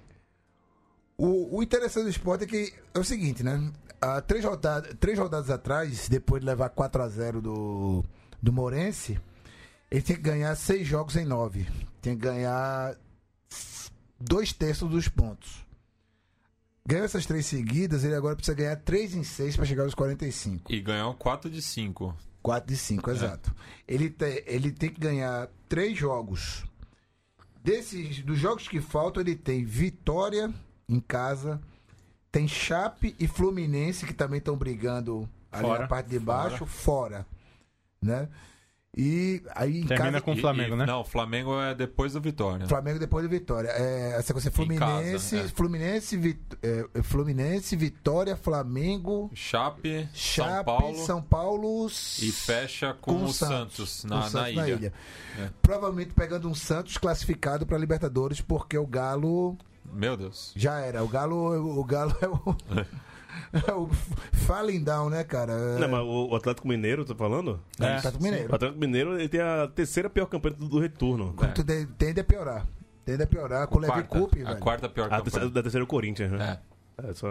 [SPEAKER 3] o, o interessante do esporte é que é o seguinte, né? Há três, rodadas, três rodadas atrás, depois de levar 4x0 do, do Morense, ele tinha que ganhar seis jogos em nove. Tinha que ganhar s- dois terços dos pontos. Ganhou essas três seguidas, ele agora precisa ganhar três em seis para chegar aos 45.
[SPEAKER 4] E ganhou 4 de 5.
[SPEAKER 3] 4 de
[SPEAKER 4] É.
[SPEAKER 3] 5, exato. Ele, te- ele tem que ganhar três jogos. Desses, dos jogos que faltam, ele tem Vitória em casa, tem Chape e Fluminense, que também estão brigando ali
[SPEAKER 6] Fora.
[SPEAKER 3] na parte de baixo, fora. né? E aí em
[SPEAKER 6] Termina
[SPEAKER 3] casa,
[SPEAKER 6] com o Flamengo, né?
[SPEAKER 4] Não, o Flamengo é depois da vitória.
[SPEAKER 3] Flamengo depois de Vitória. É, a sequência é Fluminense,
[SPEAKER 4] casa, é.
[SPEAKER 3] Fluminense, Vit- é, Fluminense, Vitória, Flamengo,
[SPEAKER 4] Chape, São
[SPEAKER 3] Chape,
[SPEAKER 4] Paulo
[SPEAKER 3] São Paulo s-
[SPEAKER 4] e fecha com, o Santos,
[SPEAKER 3] com
[SPEAKER 4] na,
[SPEAKER 3] o
[SPEAKER 4] na
[SPEAKER 3] Santos
[SPEAKER 4] ilha. É.
[SPEAKER 3] Provavelmente pegando um Santos classificado para Libertadores, porque o Galo
[SPEAKER 4] Meu Deus.
[SPEAKER 3] já era. O Galo, o Galo é o. é o falling down, né, cara? É,
[SPEAKER 2] Não, mas o o Atlético Mineiro, tô falando?
[SPEAKER 3] é, o Atlético Mineiro.
[SPEAKER 2] O Atlético Mineiro ele tem a terceira pior campanha do do retorno.
[SPEAKER 3] Quando tu de- tende a piorar. Tende a piorar. Com o Levi
[SPEAKER 4] Quarta,
[SPEAKER 3] Coupe,
[SPEAKER 4] a
[SPEAKER 3] velho.
[SPEAKER 4] quarta pior
[SPEAKER 2] A terceira,
[SPEAKER 4] campanha.
[SPEAKER 2] da terceira é o Corinthians, né?
[SPEAKER 4] É.
[SPEAKER 2] É, só-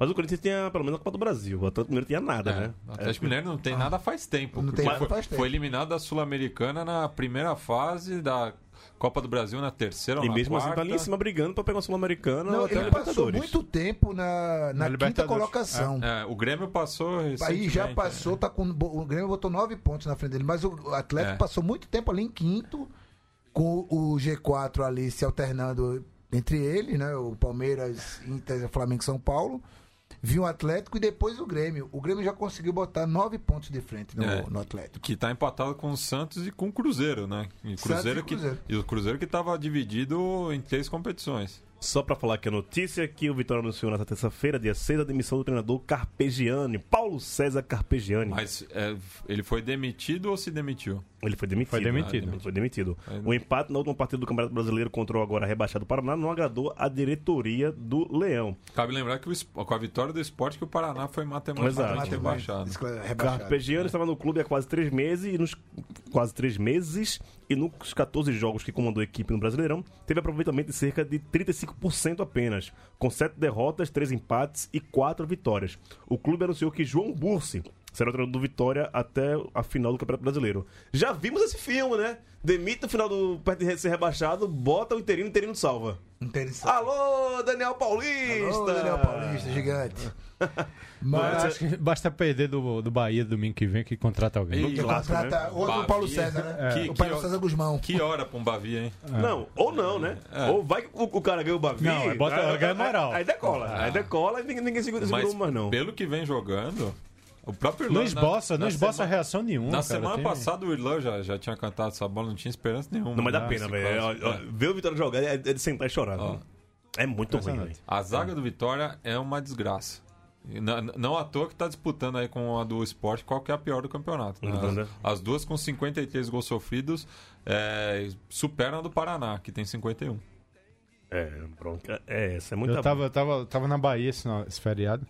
[SPEAKER 2] mas o Corinthians tinha pelo menos a Copa do Brasil. O Atlético Mineiro tinha nada,
[SPEAKER 4] É,
[SPEAKER 2] né?
[SPEAKER 4] o Atlético Mineiro não tem nada faz tempo.
[SPEAKER 3] Ah. Não tem nada
[SPEAKER 4] porque foi,
[SPEAKER 3] faz tempo.
[SPEAKER 4] foi eliminado da Sul-Americana na primeira fase da Copa do Brasil na terceira ou
[SPEAKER 2] E
[SPEAKER 4] na
[SPEAKER 2] mesmo assim
[SPEAKER 4] quarta.
[SPEAKER 2] tá ali em cima brigando pra pegar o Sul-Americana
[SPEAKER 3] Não,
[SPEAKER 2] até o
[SPEAKER 3] ele
[SPEAKER 2] é
[SPEAKER 3] passou
[SPEAKER 2] Libertadores.
[SPEAKER 3] muito tempo na, na quinta
[SPEAKER 6] Libertadores.
[SPEAKER 3] colocação.
[SPEAKER 4] É, o Grêmio passou
[SPEAKER 3] Aí
[SPEAKER 4] recentemente,
[SPEAKER 3] já passou,
[SPEAKER 4] né?
[SPEAKER 3] tá com. O Grêmio botou nove pontos na frente dele, mas o Atlético
[SPEAKER 4] É.
[SPEAKER 3] passou muito tempo ali em quinto, com o G4 ali se alternando entre ele, né? O Palmeiras, Inter, Flamengo e São Paulo. Viu o Atlético e depois o Grêmio. O Grêmio já conseguiu botar nove pontos de frente no,
[SPEAKER 4] É.
[SPEAKER 3] no Atlético.
[SPEAKER 4] Que tá empatado com o Santos e com o Cruzeiro, né? E o Cruzeiro,
[SPEAKER 3] e
[SPEAKER 4] que,
[SPEAKER 3] Cruzeiro.
[SPEAKER 4] e o Cruzeiro que tava dividido em três competições.
[SPEAKER 2] Só pra falar que a notícia é que o Vitória anunciou nessa terça-feira, dia 6, a demissão do treinador Carpegiani, Paulo César Carpegiani.
[SPEAKER 4] Mas é, ele foi demitido ou se demitiu?
[SPEAKER 2] Ele foi demitido.
[SPEAKER 6] Foi demitido.
[SPEAKER 2] Ah, ele foi demitido. O empate na última partida do Campeonato Brasileiro contra o agora rebaixado Paraná não agradou a diretoria do Leão.
[SPEAKER 4] Cabe lembrar que o espo- com a vitória do esporte que o Paraná foi
[SPEAKER 2] Exato.
[SPEAKER 4] matematicamente rebaixado.
[SPEAKER 3] Escla- é rebaixado.
[SPEAKER 2] Carpegiani estava no clube há quase três meses e nos quase três meses e nos 14 jogos que comandou a equipe no Brasileirão, teve aproveitamento de cerca de 35% apenas, com sete derrotas, três empates e quatro vitórias. O clube anunciou que João Bursi será o treinador do Vitória até a final do Campeonato Brasileiro. Já vimos esse filme, né? Demite no final do perto de ser rebaixado, bota o interino, o interino salva.
[SPEAKER 3] Interessante.
[SPEAKER 2] Alô, Daniel Paulista!
[SPEAKER 3] Ô, Tá. Daniel Paulista, gigante.
[SPEAKER 6] Mas
[SPEAKER 3] Mas.
[SPEAKER 6] acho que basta perder do, do Bahia domingo que vem que contrata alguém.
[SPEAKER 4] E-
[SPEAKER 3] ele
[SPEAKER 2] clássico,
[SPEAKER 3] é contrata
[SPEAKER 2] né?
[SPEAKER 3] outro
[SPEAKER 4] Bahia.
[SPEAKER 3] Paulo César, né?
[SPEAKER 4] Que-
[SPEAKER 3] o
[SPEAKER 4] que
[SPEAKER 3] Paulo
[SPEAKER 4] o-
[SPEAKER 3] César Guzmão.
[SPEAKER 4] Que hora pra um Bavi, hein?
[SPEAKER 2] Não, ou não, né? Ou vai que o, o cara ganha o Bavi.
[SPEAKER 6] Ah. É. Não, aí bota-
[SPEAKER 2] aí-
[SPEAKER 6] ganha moral. Ah.
[SPEAKER 2] Aí, aí decola. Aí decola e ninguém, ninguém segura, segura
[SPEAKER 4] Mas
[SPEAKER 2] mais, não.
[SPEAKER 4] pelo que vem jogando, o próprio
[SPEAKER 6] Não
[SPEAKER 4] Irlan- na-
[SPEAKER 6] esboça, não
[SPEAKER 4] na
[SPEAKER 6] esboça
[SPEAKER 4] sema-
[SPEAKER 6] reação nenhuma.
[SPEAKER 4] Na
[SPEAKER 6] cara.
[SPEAKER 4] semana
[SPEAKER 6] Tem-
[SPEAKER 4] passada o Irlan já, já tinha cantado essa bola, não tinha esperança nenhuma.
[SPEAKER 2] Não, mas dá
[SPEAKER 6] Ah,
[SPEAKER 4] né?
[SPEAKER 2] pena,
[SPEAKER 4] Esse
[SPEAKER 2] velho. Ó,
[SPEAKER 4] clássico.
[SPEAKER 2] ó, Ver o Vitória jogar é é de sentar e chorar.
[SPEAKER 4] Ó.
[SPEAKER 2] velho. É muito ruim, velho.
[SPEAKER 4] A zaga do Vitória é uma desgraça. E na- Não à toa que tá disputando aí com a do esporte qual que é a pior do campeonato. né?
[SPEAKER 2] Não, né?
[SPEAKER 4] As, as duas com 53 gols sofridos é, superam a do Paraná, que tem 51.
[SPEAKER 2] É, bronca. É, essa é
[SPEAKER 6] Eu
[SPEAKER 2] muita
[SPEAKER 6] tava, eu tava, tava na Bahia esse, esse feriado.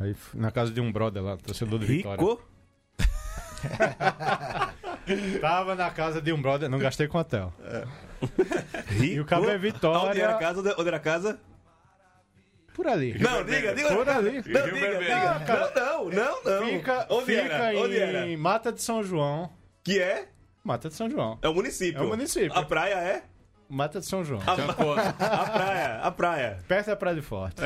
[SPEAKER 6] Aí fui na casa de um brother lá, torcedor do Vitória.
[SPEAKER 2] Rico.
[SPEAKER 6] Tava na casa de um brother, não gastei com hotel.
[SPEAKER 2] Rico.
[SPEAKER 6] E o cabo é Vitória.
[SPEAKER 2] Onde era a casa? Onde era a casa?
[SPEAKER 6] Por ali.
[SPEAKER 2] Não, diga, diga.
[SPEAKER 6] Por ali.
[SPEAKER 2] Não, diga, diga. Não, não, não, não.
[SPEAKER 6] Fica,
[SPEAKER 2] Onde
[SPEAKER 6] fica
[SPEAKER 2] era?
[SPEAKER 6] em
[SPEAKER 2] Onde era?
[SPEAKER 6] Mata de São João.
[SPEAKER 2] Que é?
[SPEAKER 6] Mata de São João.
[SPEAKER 2] É o município.
[SPEAKER 6] É o município.
[SPEAKER 2] A praia é?
[SPEAKER 6] Mata de São João.
[SPEAKER 2] Ah, A praia, a praia.
[SPEAKER 6] Perto da Praia de Forte.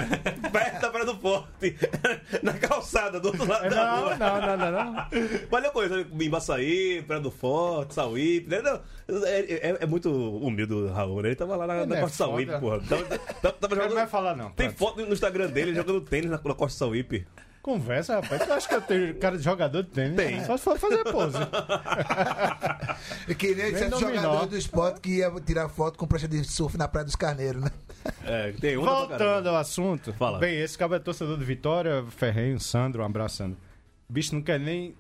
[SPEAKER 2] perto da Praia do Forte, na calçada, do outro lado da
[SPEAKER 6] É, Não,
[SPEAKER 2] rua.
[SPEAKER 6] não, não, não, não.
[SPEAKER 2] Mas eu conheço Embaçaí, Praia do Forte, Sauípe, né? Não, é, é- é muito humilde o Raul, né? Ele tava lá na, na
[SPEAKER 6] é
[SPEAKER 2] Costa Sauípe,
[SPEAKER 6] foda.
[SPEAKER 2] porra. Tava, tava- tava
[SPEAKER 6] Não é vai
[SPEAKER 2] jogando...
[SPEAKER 6] falar, não.
[SPEAKER 2] Tem
[SPEAKER 6] Pronto.
[SPEAKER 2] foto no Instagram dele jogando tênis na, na Costa Sauípe.
[SPEAKER 6] Conversa, rapaz. Tu acha que eu tenho cara de jogador de tênis?
[SPEAKER 2] Tem.
[SPEAKER 6] Só se for fazer pose.
[SPEAKER 3] E É que nem
[SPEAKER 6] Nem
[SPEAKER 3] certo
[SPEAKER 6] dominó.
[SPEAKER 3] jogador do esporte que ia tirar foto com prancha de surf na Praia dos Carneiros, né?
[SPEAKER 2] É, tem onda pra caramba.
[SPEAKER 6] Voltando ao assunto.
[SPEAKER 2] Fala.
[SPEAKER 6] Bem, esse cara é torcedor do Vitória, Ferreiro, Sandro, um abraço, Sandro. Bicho, não quer nem...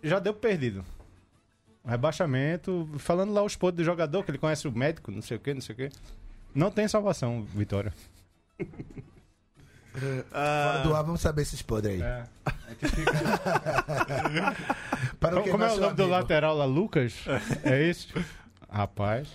[SPEAKER 6] Já deu perdido. Rebaixamento, falando lá os podres do jogador, que ele conhece o médico, não sei o quê, não sei o quê. Não tem salvação, Vitória.
[SPEAKER 3] Fora do ar, vamos saber esses podres aí.
[SPEAKER 6] É.
[SPEAKER 3] Para
[SPEAKER 6] Como,
[SPEAKER 3] que
[SPEAKER 6] como é o
[SPEAKER 3] nosso
[SPEAKER 6] nome do
[SPEAKER 3] amigo-
[SPEAKER 6] lateral lá? Lucas? É isso? Rapaz.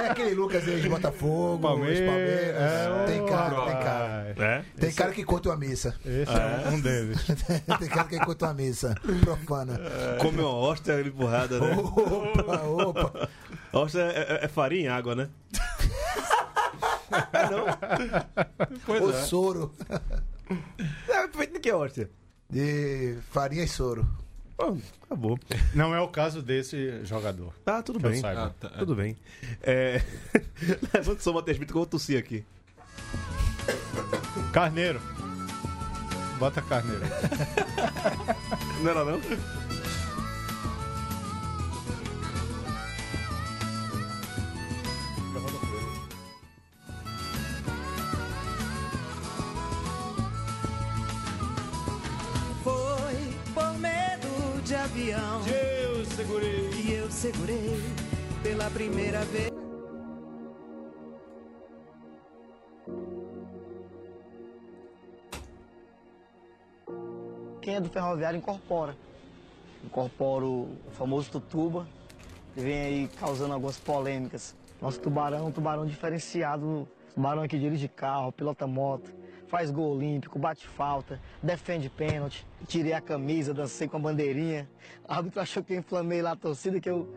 [SPEAKER 3] É aquele Lucas ex-Botafogo, Palmeiras, Palmeiras.
[SPEAKER 6] é,
[SPEAKER 3] tem
[SPEAKER 6] ô,
[SPEAKER 3] cara, tem cara.
[SPEAKER 6] rapaz.
[SPEAKER 2] É?
[SPEAKER 3] Tem cara que conta uma missa.
[SPEAKER 6] Esse é um deles.
[SPEAKER 3] tem cara que conta uma missa. Profana.
[SPEAKER 2] Come É. uma ostra empurrada, né?
[SPEAKER 3] Opa, opa.
[SPEAKER 2] Ostra é, é- é farinha e água, né?
[SPEAKER 3] O soro.
[SPEAKER 2] É, feito do que é ostra?
[SPEAKER 3] De farinha e soro.
[SPEAKER 2] acabou.
[SPEAKER 6] Não é o caso desse jogador.
[SPEAKER 2] Tá, tudo
[SPEAKER 6] Que eu
[SPEAKER 2] bem.
[SPEAKER 6] saiba.
[SPEAKER 4] Ah, tá.
[SPEAKER 2] Tudo bem. É... Levanta o som, Matheus Brito, que eu vou tossir aqui.
[SPEAKER 3] tá.
[SPEAKER 6] Carneiro. Bota carneiro.
[SPEAKER 2] Não era não?
[SPEAKER 8] Foi por medo de avião
[SPEAKER 5] Eu segurei.
[SPEAKER 8] que eu segurei pela primeira vez.
[SPEAKER 9] Quem é do ferroviário incorpora. Incorpora o famoso tutuba, que vem aí causando algumas polêmicas. Nosso tubarão, é um tubarão diferenciado, um tubarão que dirige carro, pilota moto, faz gol olímpico, bate falta, defende pênalti. Tirei a camisa, dancei com a bandeirinha. O árbitro achou que eu inflamei lá a torcida, que eu,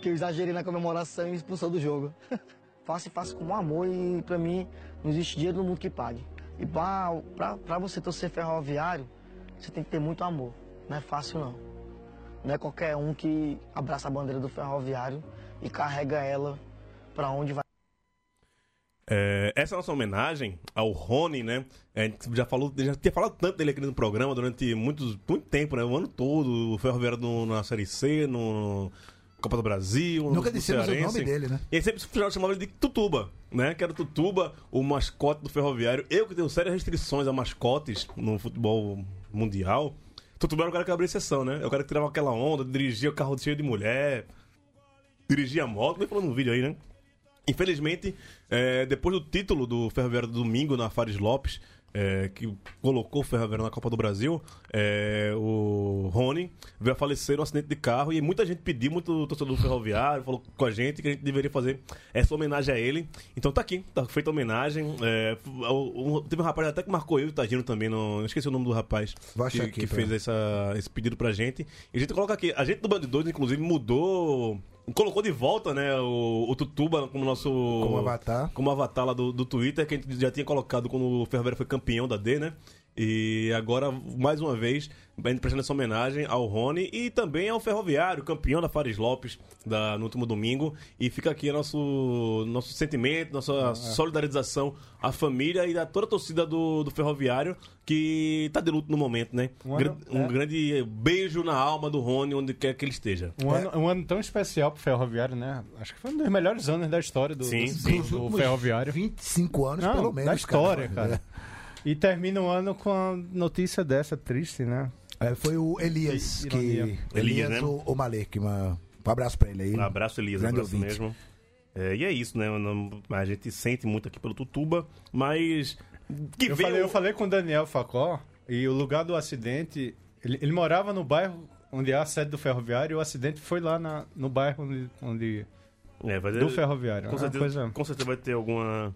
[SPEAKER 9] que eu exagerei na comemoração e me expulsou do jogo. faço e faço com amor e pra mim não existe dinheiro no mundo que pague. E pra, pra, pra você torcer ferroviário, você tem que ter muito amor. Não é fácil não. Não é qualquer um que abraça a bandeira do ferroviário e carrega ela pra onde vai.
[SPEAKER 2] É, essa é a nossa homenagem ao Rony, né? É, a gente já falou, já tinha falado tanto dele aqui no programa durante muitos, muito tempo, né? O ano todo, o Ferroviário no- na Série C, no Copa do Brasil, no-
[SPEAKER 3] Nunca
[SPEAKER 2] no
[SPEAKER 3] dissemos o
[SPEAKER 2] Cearense.
[SPEAKER 3] nome dele, né?
[SPEAKER 2] E aí sempre chamava ele de Tutuba, né? Que era o Tutuba, o mascote do ferroviário. Eu que tenho sérias restrições a mascotes no futebol mundial. Tutuba era o cara que abria exceção, né? É o cara que tirava aquela onda, dirigia o carro cheio de mulher, dirigia a moto, nem falando no vídeo aí, né? Infelizmente, é, depois do título do Ferroviário do domingo na Fares Lopes, é, que colocou o Ferroviário na Copa do Brasil, é, o Rony veio a falecer num acidente de carro e muita gente pediu, muito torcedor do Ferroviário falou com a gente que a gente deveria fazer essa homenagem a ele. Então tá aqui, tá feita a homenagem. É, o- o- teve um rapaz até que marcou eu e o Tagino também, não esqueci o nome do rapaz
[SPEAKER 3] Vou
[SPEAKER 2] que,
[SPEAKER 3] achar aqui
[SPEAKER 2] que
[SPEAKER 3] pra-
[SPEAKER 2] fez essa- esse pedido pra gente. E a gente coloca aqui. A gente do Band 2, inclusive, mudou. Colocou de volta, né, o, o Tutuba como nosso. Como
[SPEAKER 3] avatar.
[SPEAKER 2] Como avatar lá do, do Twitter, que a gente já tinha colocado quando o Ferroviário foi campeão da D, né? E agora, mais uma vez, a gente prestando essa homenagem ao Rony e também ao Ferroviário, campeão da Fares Lopes da, no último domingo. E fica aqui nosso, nosso sentimento, nossa solidarização à família e a toda a torcida do, do Ferroviário, que tá de luto no momento, né?
[SPEAKER 6] Um ano-
[SPEAKER 2] Gran- um
[SPEAKER 6] é.
[SPEAKER 2] grande beijo na alma do Rony, onde quer que ele esteja.
[SPEAKER 3] É.
[SPEAKER 6] Um, ano, um ano tão especial pro Ferroviário, né? Acho que foi um dos melhores anos da história do,
[SPEAKER 2] Sim,
[SPEAKER 6] do-
[SPEAKER 2] sim.
[SPEAKER 6] do Ferroviário.
[SPEAKER 3] 25 anos,
[SPEAKER 6] Não,
[SPEAKER 3] pelo menos. né?
[SPEAKER 6] da história, cara. E termina o ano com a notícia dessa, triste, né?
[SPEAKER 3] É, foi o Elias
[SPEAKER 6] I-
[SPEAKER 3] que.
[SPEAKER 6] ironia.
[SPEAKER 2] Elias,
[SPEAKER 3] Elias,
[SPEAKER 2] né?
[SPEAKER 3] o, o Malek, uma- Um abraço pra ele aí.
[SPEAKER 2] Um abraço, Elisa. Um
[SPEAKER 3] Grande
[SPEAKER 2] abraço
[SPEAKER 3] ouvinte.
[SPEAKER 2] mesmo. É, e é isso, né? Não- A gente sente muito aqui pelo Tutuba, mas. Que
[SPEAKER 6] Eu
[SPEAKER 2] veio-
[SPEAKER 6] falei, eu falei com o Daniel Facó e o lugar do acidente. Ele, ele morava no bairro onde é a sede do ferroviário e o acidente foi lá na- no bairro onde. onde-
[SPEAKER 2] É, vai-
[SPEAKER 6] do ferroviário.
[SPEAKER 2] Com
[SPEAKER 6] É uma
[SPEAKER 2] certeza,
[SPEAKER 6] coisa-
[SPEAKER 2] com certeza vai ter alguma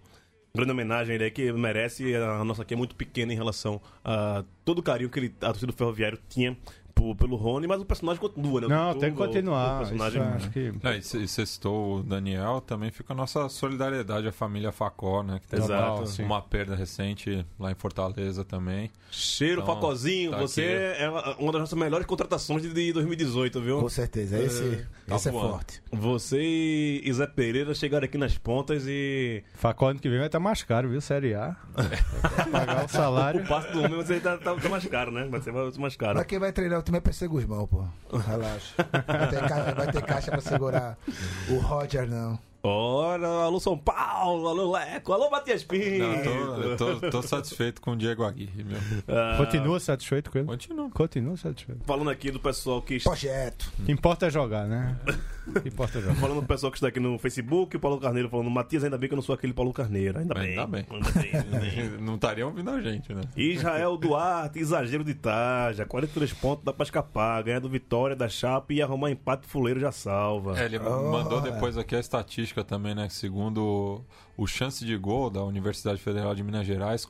[SPEAKER 2] grande homenagem ele aí que merece. A nossa aqui é muito pequena em relação a todo o carinho que ele, a torcida do Ferroviário tinha por- pelo Rony, mas o personagem continua, né? O
[SPEAKER 6] Não,
[SPEAKER 2] Tutuba,
[SPEAKER 6] tem que
[SPEAKER 2] o- O
[SPEAKER 6] continuar.
[SPEAKER 2] personagem
[SPEAKER 6] isso, acho que-
[SPEAKER 4] É, e se- e você citou o Daniel, também fica a nossa solidariedade à família Facó, né? Que teve
[SPEAKER 2] Exato,
[SPEAKER 4] uma,
[SPEAKER 6] sim.
[SPEAKER 4] uma perda recente lá em Fortaleza também.
[SPEAKER 2] Cheiro,
[SPEAKER 4] Então,
[SPEAKER 2] Facozinho,
[SPEAKER 4] tá
[SPEAKER 2] você
[SPEAKER 4] aqui.
[SPEAKER 2] é uma das nossas melhores contratações de- de 2018, viu?
[SPEAKER 3] Com certeza. Esse,
[SPEAKER 4] tá
[SPEAKER 3] esse é
[SPEAKER 4] voando.
[SPEAKER 3] forte.
[SPEAKER 2] Você e Zé Pereira chegaram aqui nas pontas e
[SPEAKER 6] Facó ano que vem vai estar mais caro, viu? Série A. Pagar o salário.
[SPEAKER 2] o passo do homem você tá, tá- tá mais caro, né? Vai ser mais mais caro.
[SPEAKER 3] Pra quem vai treinar o time é PC Guzmão, pô. Relaxa. Vai ter, caixa, vai ter caixa pra segurar o Roger, não.
[SPEAKER 2] Ora, alô São Paulo, alô Leco, alô Matias Pinto.
[SPEAKER 4] Não, eu tô, eu tô- tô satisfeito com o Diego Aguirre, meu.
[SPEAKER 2] Ah,
[SPEAKER 6] Continua satisfeito com ele?
[SPEAKER 4] Continua.
[SPEAKER 6] Continua satisfeito.
[SPEAKER 2] Falando aqui do pessoal que está
[SPEAKER 3] Projeto.
[SPEAKER 4] Hum.
[SPEAKER 6] O que importa é jogar, né? O que importa é jogar.
[SPEAKER 2] Falando do pessoal que está aqui no Facebook, o Paulo Carneiro falando, Matias, ainda bem que eu não sou aquele Paulo Carneiro. Ainda bem.
[SPEAKER 4] Ainda bem.
[SPEAKER 2] Ainda bem, ainda bem.
[SPEAKER 4] Não estariam ouvindo a gente, né?
[SPEAKER 2] Israel Duarte, exagero de Taja, 43 pontos, dá pra escapar. Ganhar do Vitória, da Chapa e arrumar empate, fuleiro já salva.
[SPEAKER 4] É, ele mandou depois aqui a estatística também, né? Segundo o, o chance de gol da Universidade Federal de Minas Gerais,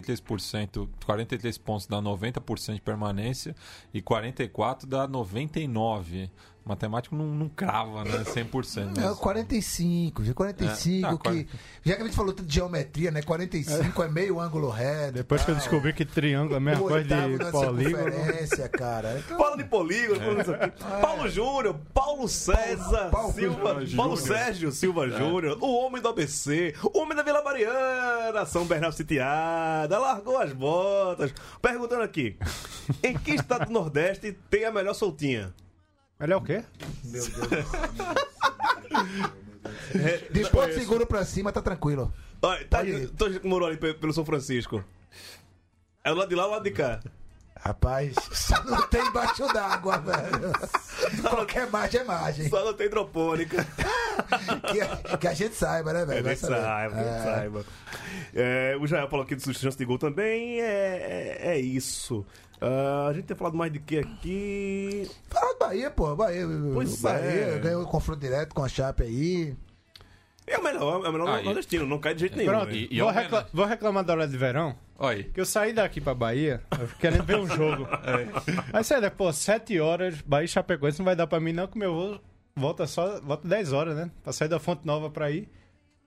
[SPEAKER 4] 43%, 43 pontos dá 90% de permanência e 44 dá 99. O matemático não, não crava, né?
[SPEAKER 6] É.
[SPEAKER 4] 100%.
[SPEAKER 3] Não,
[SPEAKER 4] Mas...
[SPEAKER 3] 45, já 45,
[SPEAKER 6] Ah,
[SPEAKER 4] É, tá,
[SPEAKER 3] que. Já que a gente falou tanto de geometria, né? 45 é, meio ângulo reto.
[SPEAKER 6] Depois que eu descobri que triângulo é a mesma
[SPEAKER 3] o
[SPEAKER 6] coisa
[SPEAKER 3] oitavo né?
[SPEAKER 6] de né?
[SPEAKER 3] na
[SPEAKER 6] polígono.
[SPEAKER 3] circunferência, cara. Então,
[SPEAKER 2] Fala de polígono, falando isso aqui. Paulo Júnior, Paulo César,
[SPEAKER 3] É. Paulo É.
[SPEAKER 2] Silva,
[SPEAKER 4] Júnior.
[SPEAKER 2] Paulo Sérgio Silva Júnior, o homem do ABC, o homem da Vila Mariana, São Bernardo Sitiada, largou as botas. Perguntando aqui, em que estado do Nordeste tem a melhor soltinha?
[SPEAKER 6] Ele é o quê?
[SPEAKER 3] meu Deus. De esporte seguro pra cima, tá tranquilo.
[SPEAKER 2] Olha, tá,
[SPEAKER 3] Olha aí.
[SPEAKER 2] tô, morou ali pe- pelo São Francisco. É o lado de lá ou o lado de cá?
[SPEAKER 3] Rapaz, só não tem embaixo d'água, velho. Qualquer margem é margem.
[SPEAKER 2] Só não tem hidropônica.
[SPEAKER 3] Que, que a gente saiba, né, velho?
[SPEAKER 2] É,
[SPEAKER 3] Vai
[SPEAKER 2] nem
[SPEAKER 3] saber.
[SPEAKER 2] saiba, nem
[SPEAKER 3] É.
[SPEAKER 2] saiba. É, o Jael falou aqui de chance de gol também. É, é, é isso. Ah, a gente tem falado mais de que aqui.
[SPEAKER 3] Fala do Bahia, pô. Bahia,
[SPEAKER 2] Pois
[SPEAKER 3] o Bahia
[SPEAKER 2] é.
[SPEAKER 3] ganhou o confronto direto com a Chape aí.
[SPEAKER 2] É o melhor, é o melhor
[SPEAKER 4] Ah, e-
[SPEAKER 2] nordestino, não cai de jeito nenhum.
[SPEAKER 6] Pronto,
[SPEAKER 2] né?
[SPEAKER 4] E- e
[SPEAKER 6] vou,
[SPEAKER 4] é o
[SPEAKER 6] recla-
[SPEAKER 4] Renan.
[SPEAKER 6] vou reclamar da hora de verão.
[SPEAKER 4] Olha aí.
[SPEAKER 6] Que eu saí daqui pra Bahia, eu querendo ver um jogo.
[SPEAKER 4] É.
[SPEAKER 6] Aí sério, pô, 7 horas, Bahia e Chapecoense não vai dar pra mim, não, que meu voo volta só. Volta 10 horas, né? Pra sair da Fonte Nova pra ir.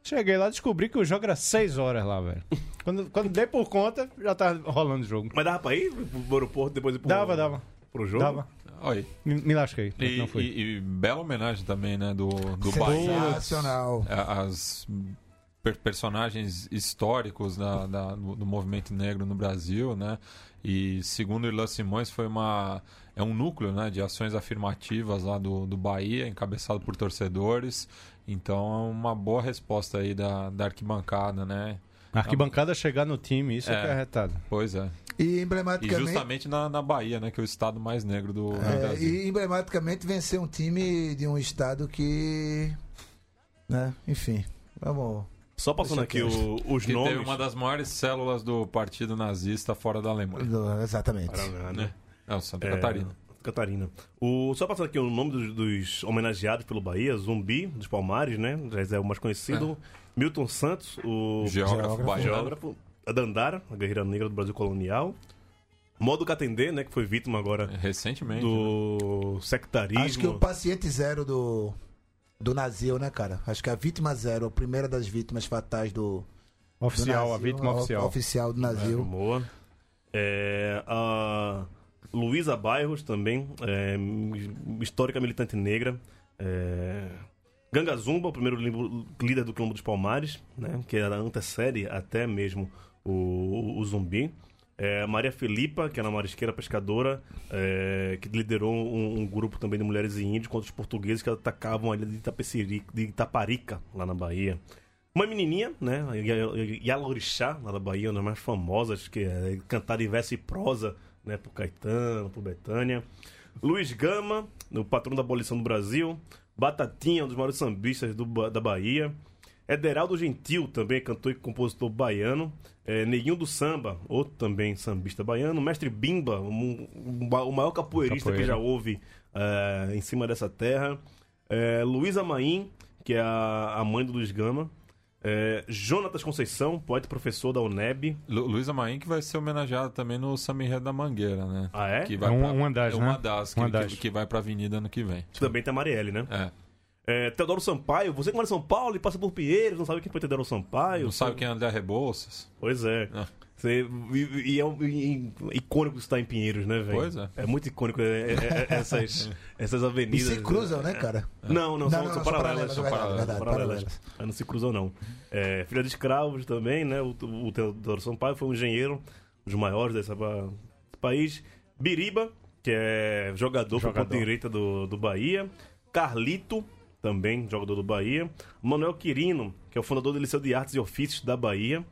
[SPEAKER 6] Cheguei lá, descobri que o jogo era 6 horas lá, velho. Quando, quando dei por conta, já tava rolando o jogo.
[SPEAKER 2] Mas dava pra ir pro aeroporto depois ir pro,
[SPEAKER 6] Dava, dava.
[SPEAKER 2] pro jogo?
[SPEAKER 6] Dava.
[SPEAKER 4] Olha aí.
[SPEAKER 6] Me, me lasquei.
[SPEAKER 4] E,
[SPEAKER 6] não fui.
[SPEAKER 4] e- e bela homenagem também, né? Do, do Bahia.
[SPEAKER 3] Sensacional.
[SPEAKER 4] a- as per- personagens históricos da- da- do, do movimento negro no Brasil, né? E segundo Irlan Simões foi uma é um núcleo, né, de ações afirmativas lá do, do Bahia, encabeçado por torcedores. Então é uma boa resposta aí da, da arquibancada, né?
[SPEAKER 2] ah.
[SPEAKER 6] Arquibancada Ah, chegar no time, isso é,
[SPEAKER 4] É.
[SPEAKER 6] que é arretado.
[SPEAKER 4] Pois é.
[SPEAKER 3] E
[SPEAKER 4] E
[SPEAKER 3] emblematicamente.
[SPEAKER 4] justamente na, na Bahia, né, que é o estado mais negro do, do
[SPEAKER 3] É,
[SPEAKER 4] Brasil.
[SPEAKER 3] e emblematicamente vencer um time de um estado que. Né? Enfim, vamos.
[SPEAKER 2] Só passando aqui
[SPEAKER 3] Deixa
[SPEAKER 2] o- os
[SPEAKER 4] Que
[SPEAKER 2] nomes.
[SPEAKER 4] teve uma das maiores células do partido nazista fora da Alemanha.
[SPEAKER 3] do- Exatamente.
[SPEAKER 2] Paraná,
[SPEAKER 4] Não, Santa
[SPEAKER 2] É,
[SPEAKER 4] Catarina.
[SPEAKER 2] Catarina. O, só passando aqui o nome dos, dos homenageados pelo Bahia, Zumbi, dos Palmares, né? Já é o mais conhecido. Milton Santos, o
[SPEAKER 4] Geógrafo,
[SPEAKER 3] geógrafo,
[SPEAKER 4] baiano.
[SPEAKER 2] geógrafo, a Dandara, a guerreira negra do Brasil colonial. Modo Catendê, né? Que foi vítima agora
[SPEAKER 4] Recentemente. né?
[SPEAKER 2] do sectarismo.
[SPEAKER 3] Acho que o paciente zero do. Do Nazil, né, cara? Acho que a vítima zero, a primeira das vítimas fatais do. do
[SPEAKER 6] Oficial, a
[SPEAKER 3] Nazil,
[SPEAKER 6] vítima
[SPEAKER 3] o-
[SPEAKER 6] oficial.
[SPEAKER 3] Oficial do Nazil.
[SPEAKER 2] Moa. É, a Luísa Bairros também, é, m- histórica militante negra. É, Ganga Zumba, o primeiro limbo- líder do Quilombo dos Palmares, né, que era antecede até mesmo o, o- o Zumbi. É, Maria Felipa, que era uma marisqueira pescadora, é, que liderou um, um grupo também de mulheres e índios contra os portugueses que atacavam a ilha de, Itapeceri, de Itaparica, lá na Bahia. Uma menininha, né? a Ya- Ya- Yalorixá, lá da Bahia, uma das mais famosas, que é cantada em verso e prosa, né? Por Caetano, por Betânia. Luiz Gama, o patrão da abolição do Brasil. Batatinha, um dos maiores sambistas do Ba- da Bahia. Ederaldo Gentil, também cantor e compositor baiano. É, Neguinho do Samba, outro também sambista baiano. Mestre Bimba, um- um ba- o maior capoeirista que já houve é, em cima dessa terra. É, Luísa Maim, que é a, a mãe do Luiz Gama. É, Jonatas Conceição, poeta e professor da UNEB.
[SPEAKER 4] Lu Luísa Maim que vai ser homenageada também no Samiré da Mangueira, né?
[SPEAKER 2] Ah, é?
[SPEAKER 4] Que vai
[SPEAKER 6] É um-
[SPEAKER 4] pra-
[SPEAKER 6] uma das,
[SPEAKER 4] é uma
[SPEAKER 6] né?
[SPEAKER 4] das, que,
[SPEAKER 6] Uma das.
[SPEAKER 4] que- que vai pra Avenida ano que vem.
[SPEAKER 2] Também tem a Marielle, né?
[SPEAKER 4] É.
[SPEAKER 2] É, Teodoro Sampaio, você que mora em São Paulo e passa por Pinheiros, não sabe quem foi Teodoro Sampaio.
[SPEAKER 4] Não sabe quem é André Rebouças?
[SPEAKER 2] Pois é.
[SPEAKER 4] Ah.
[SPEAKER 2] Você- e, e é um- e- e- icônico estar em Pinheiros, né, velho?
[SPEAKER 4] Pois é.
[SPEAKER 2] É muito icônico é, é, é, essas, essas
[SPEAKER 6] É,
[SPEAKER 3] E
[SPEAKER 2] avenidas.
[SPEAKER 3] se cruzam, né, cara?
[SPEAKER 2] É. Não, não,
[SPEAKER 3] Não,
[SPEAKER 2] são,
[SPEAKER 3] não,
[SPEAKER 2] são
[SPEAKER 3] não, são
[SPEAKER 2] paralelas.
[SPEAKER 3] paralelas,
[SPEAKER 2] São
[SPEAKER 3] é
[SPEAKER 2] paralelas.
[SPEAKER 3] verdade,
[SPEAKER 2] são
[SPEAKER 3] verdade,
[SPEAKER 2] paralelas. Mas não se cruzam, não. É, filha de escravos também, né? O, o Teodoro Sampaio foi um engenheiro, um dos maiores desse pa- país. Biriba, que é jogador, por
[SPEAKER 6] Jogador.
[SPEAKER 2] ponta direita do, do Bahia. Carlito, também jogador do Bahia. Manuel Quirino, que é o fundador do Liceu de Artes e Ofícios da Bahia.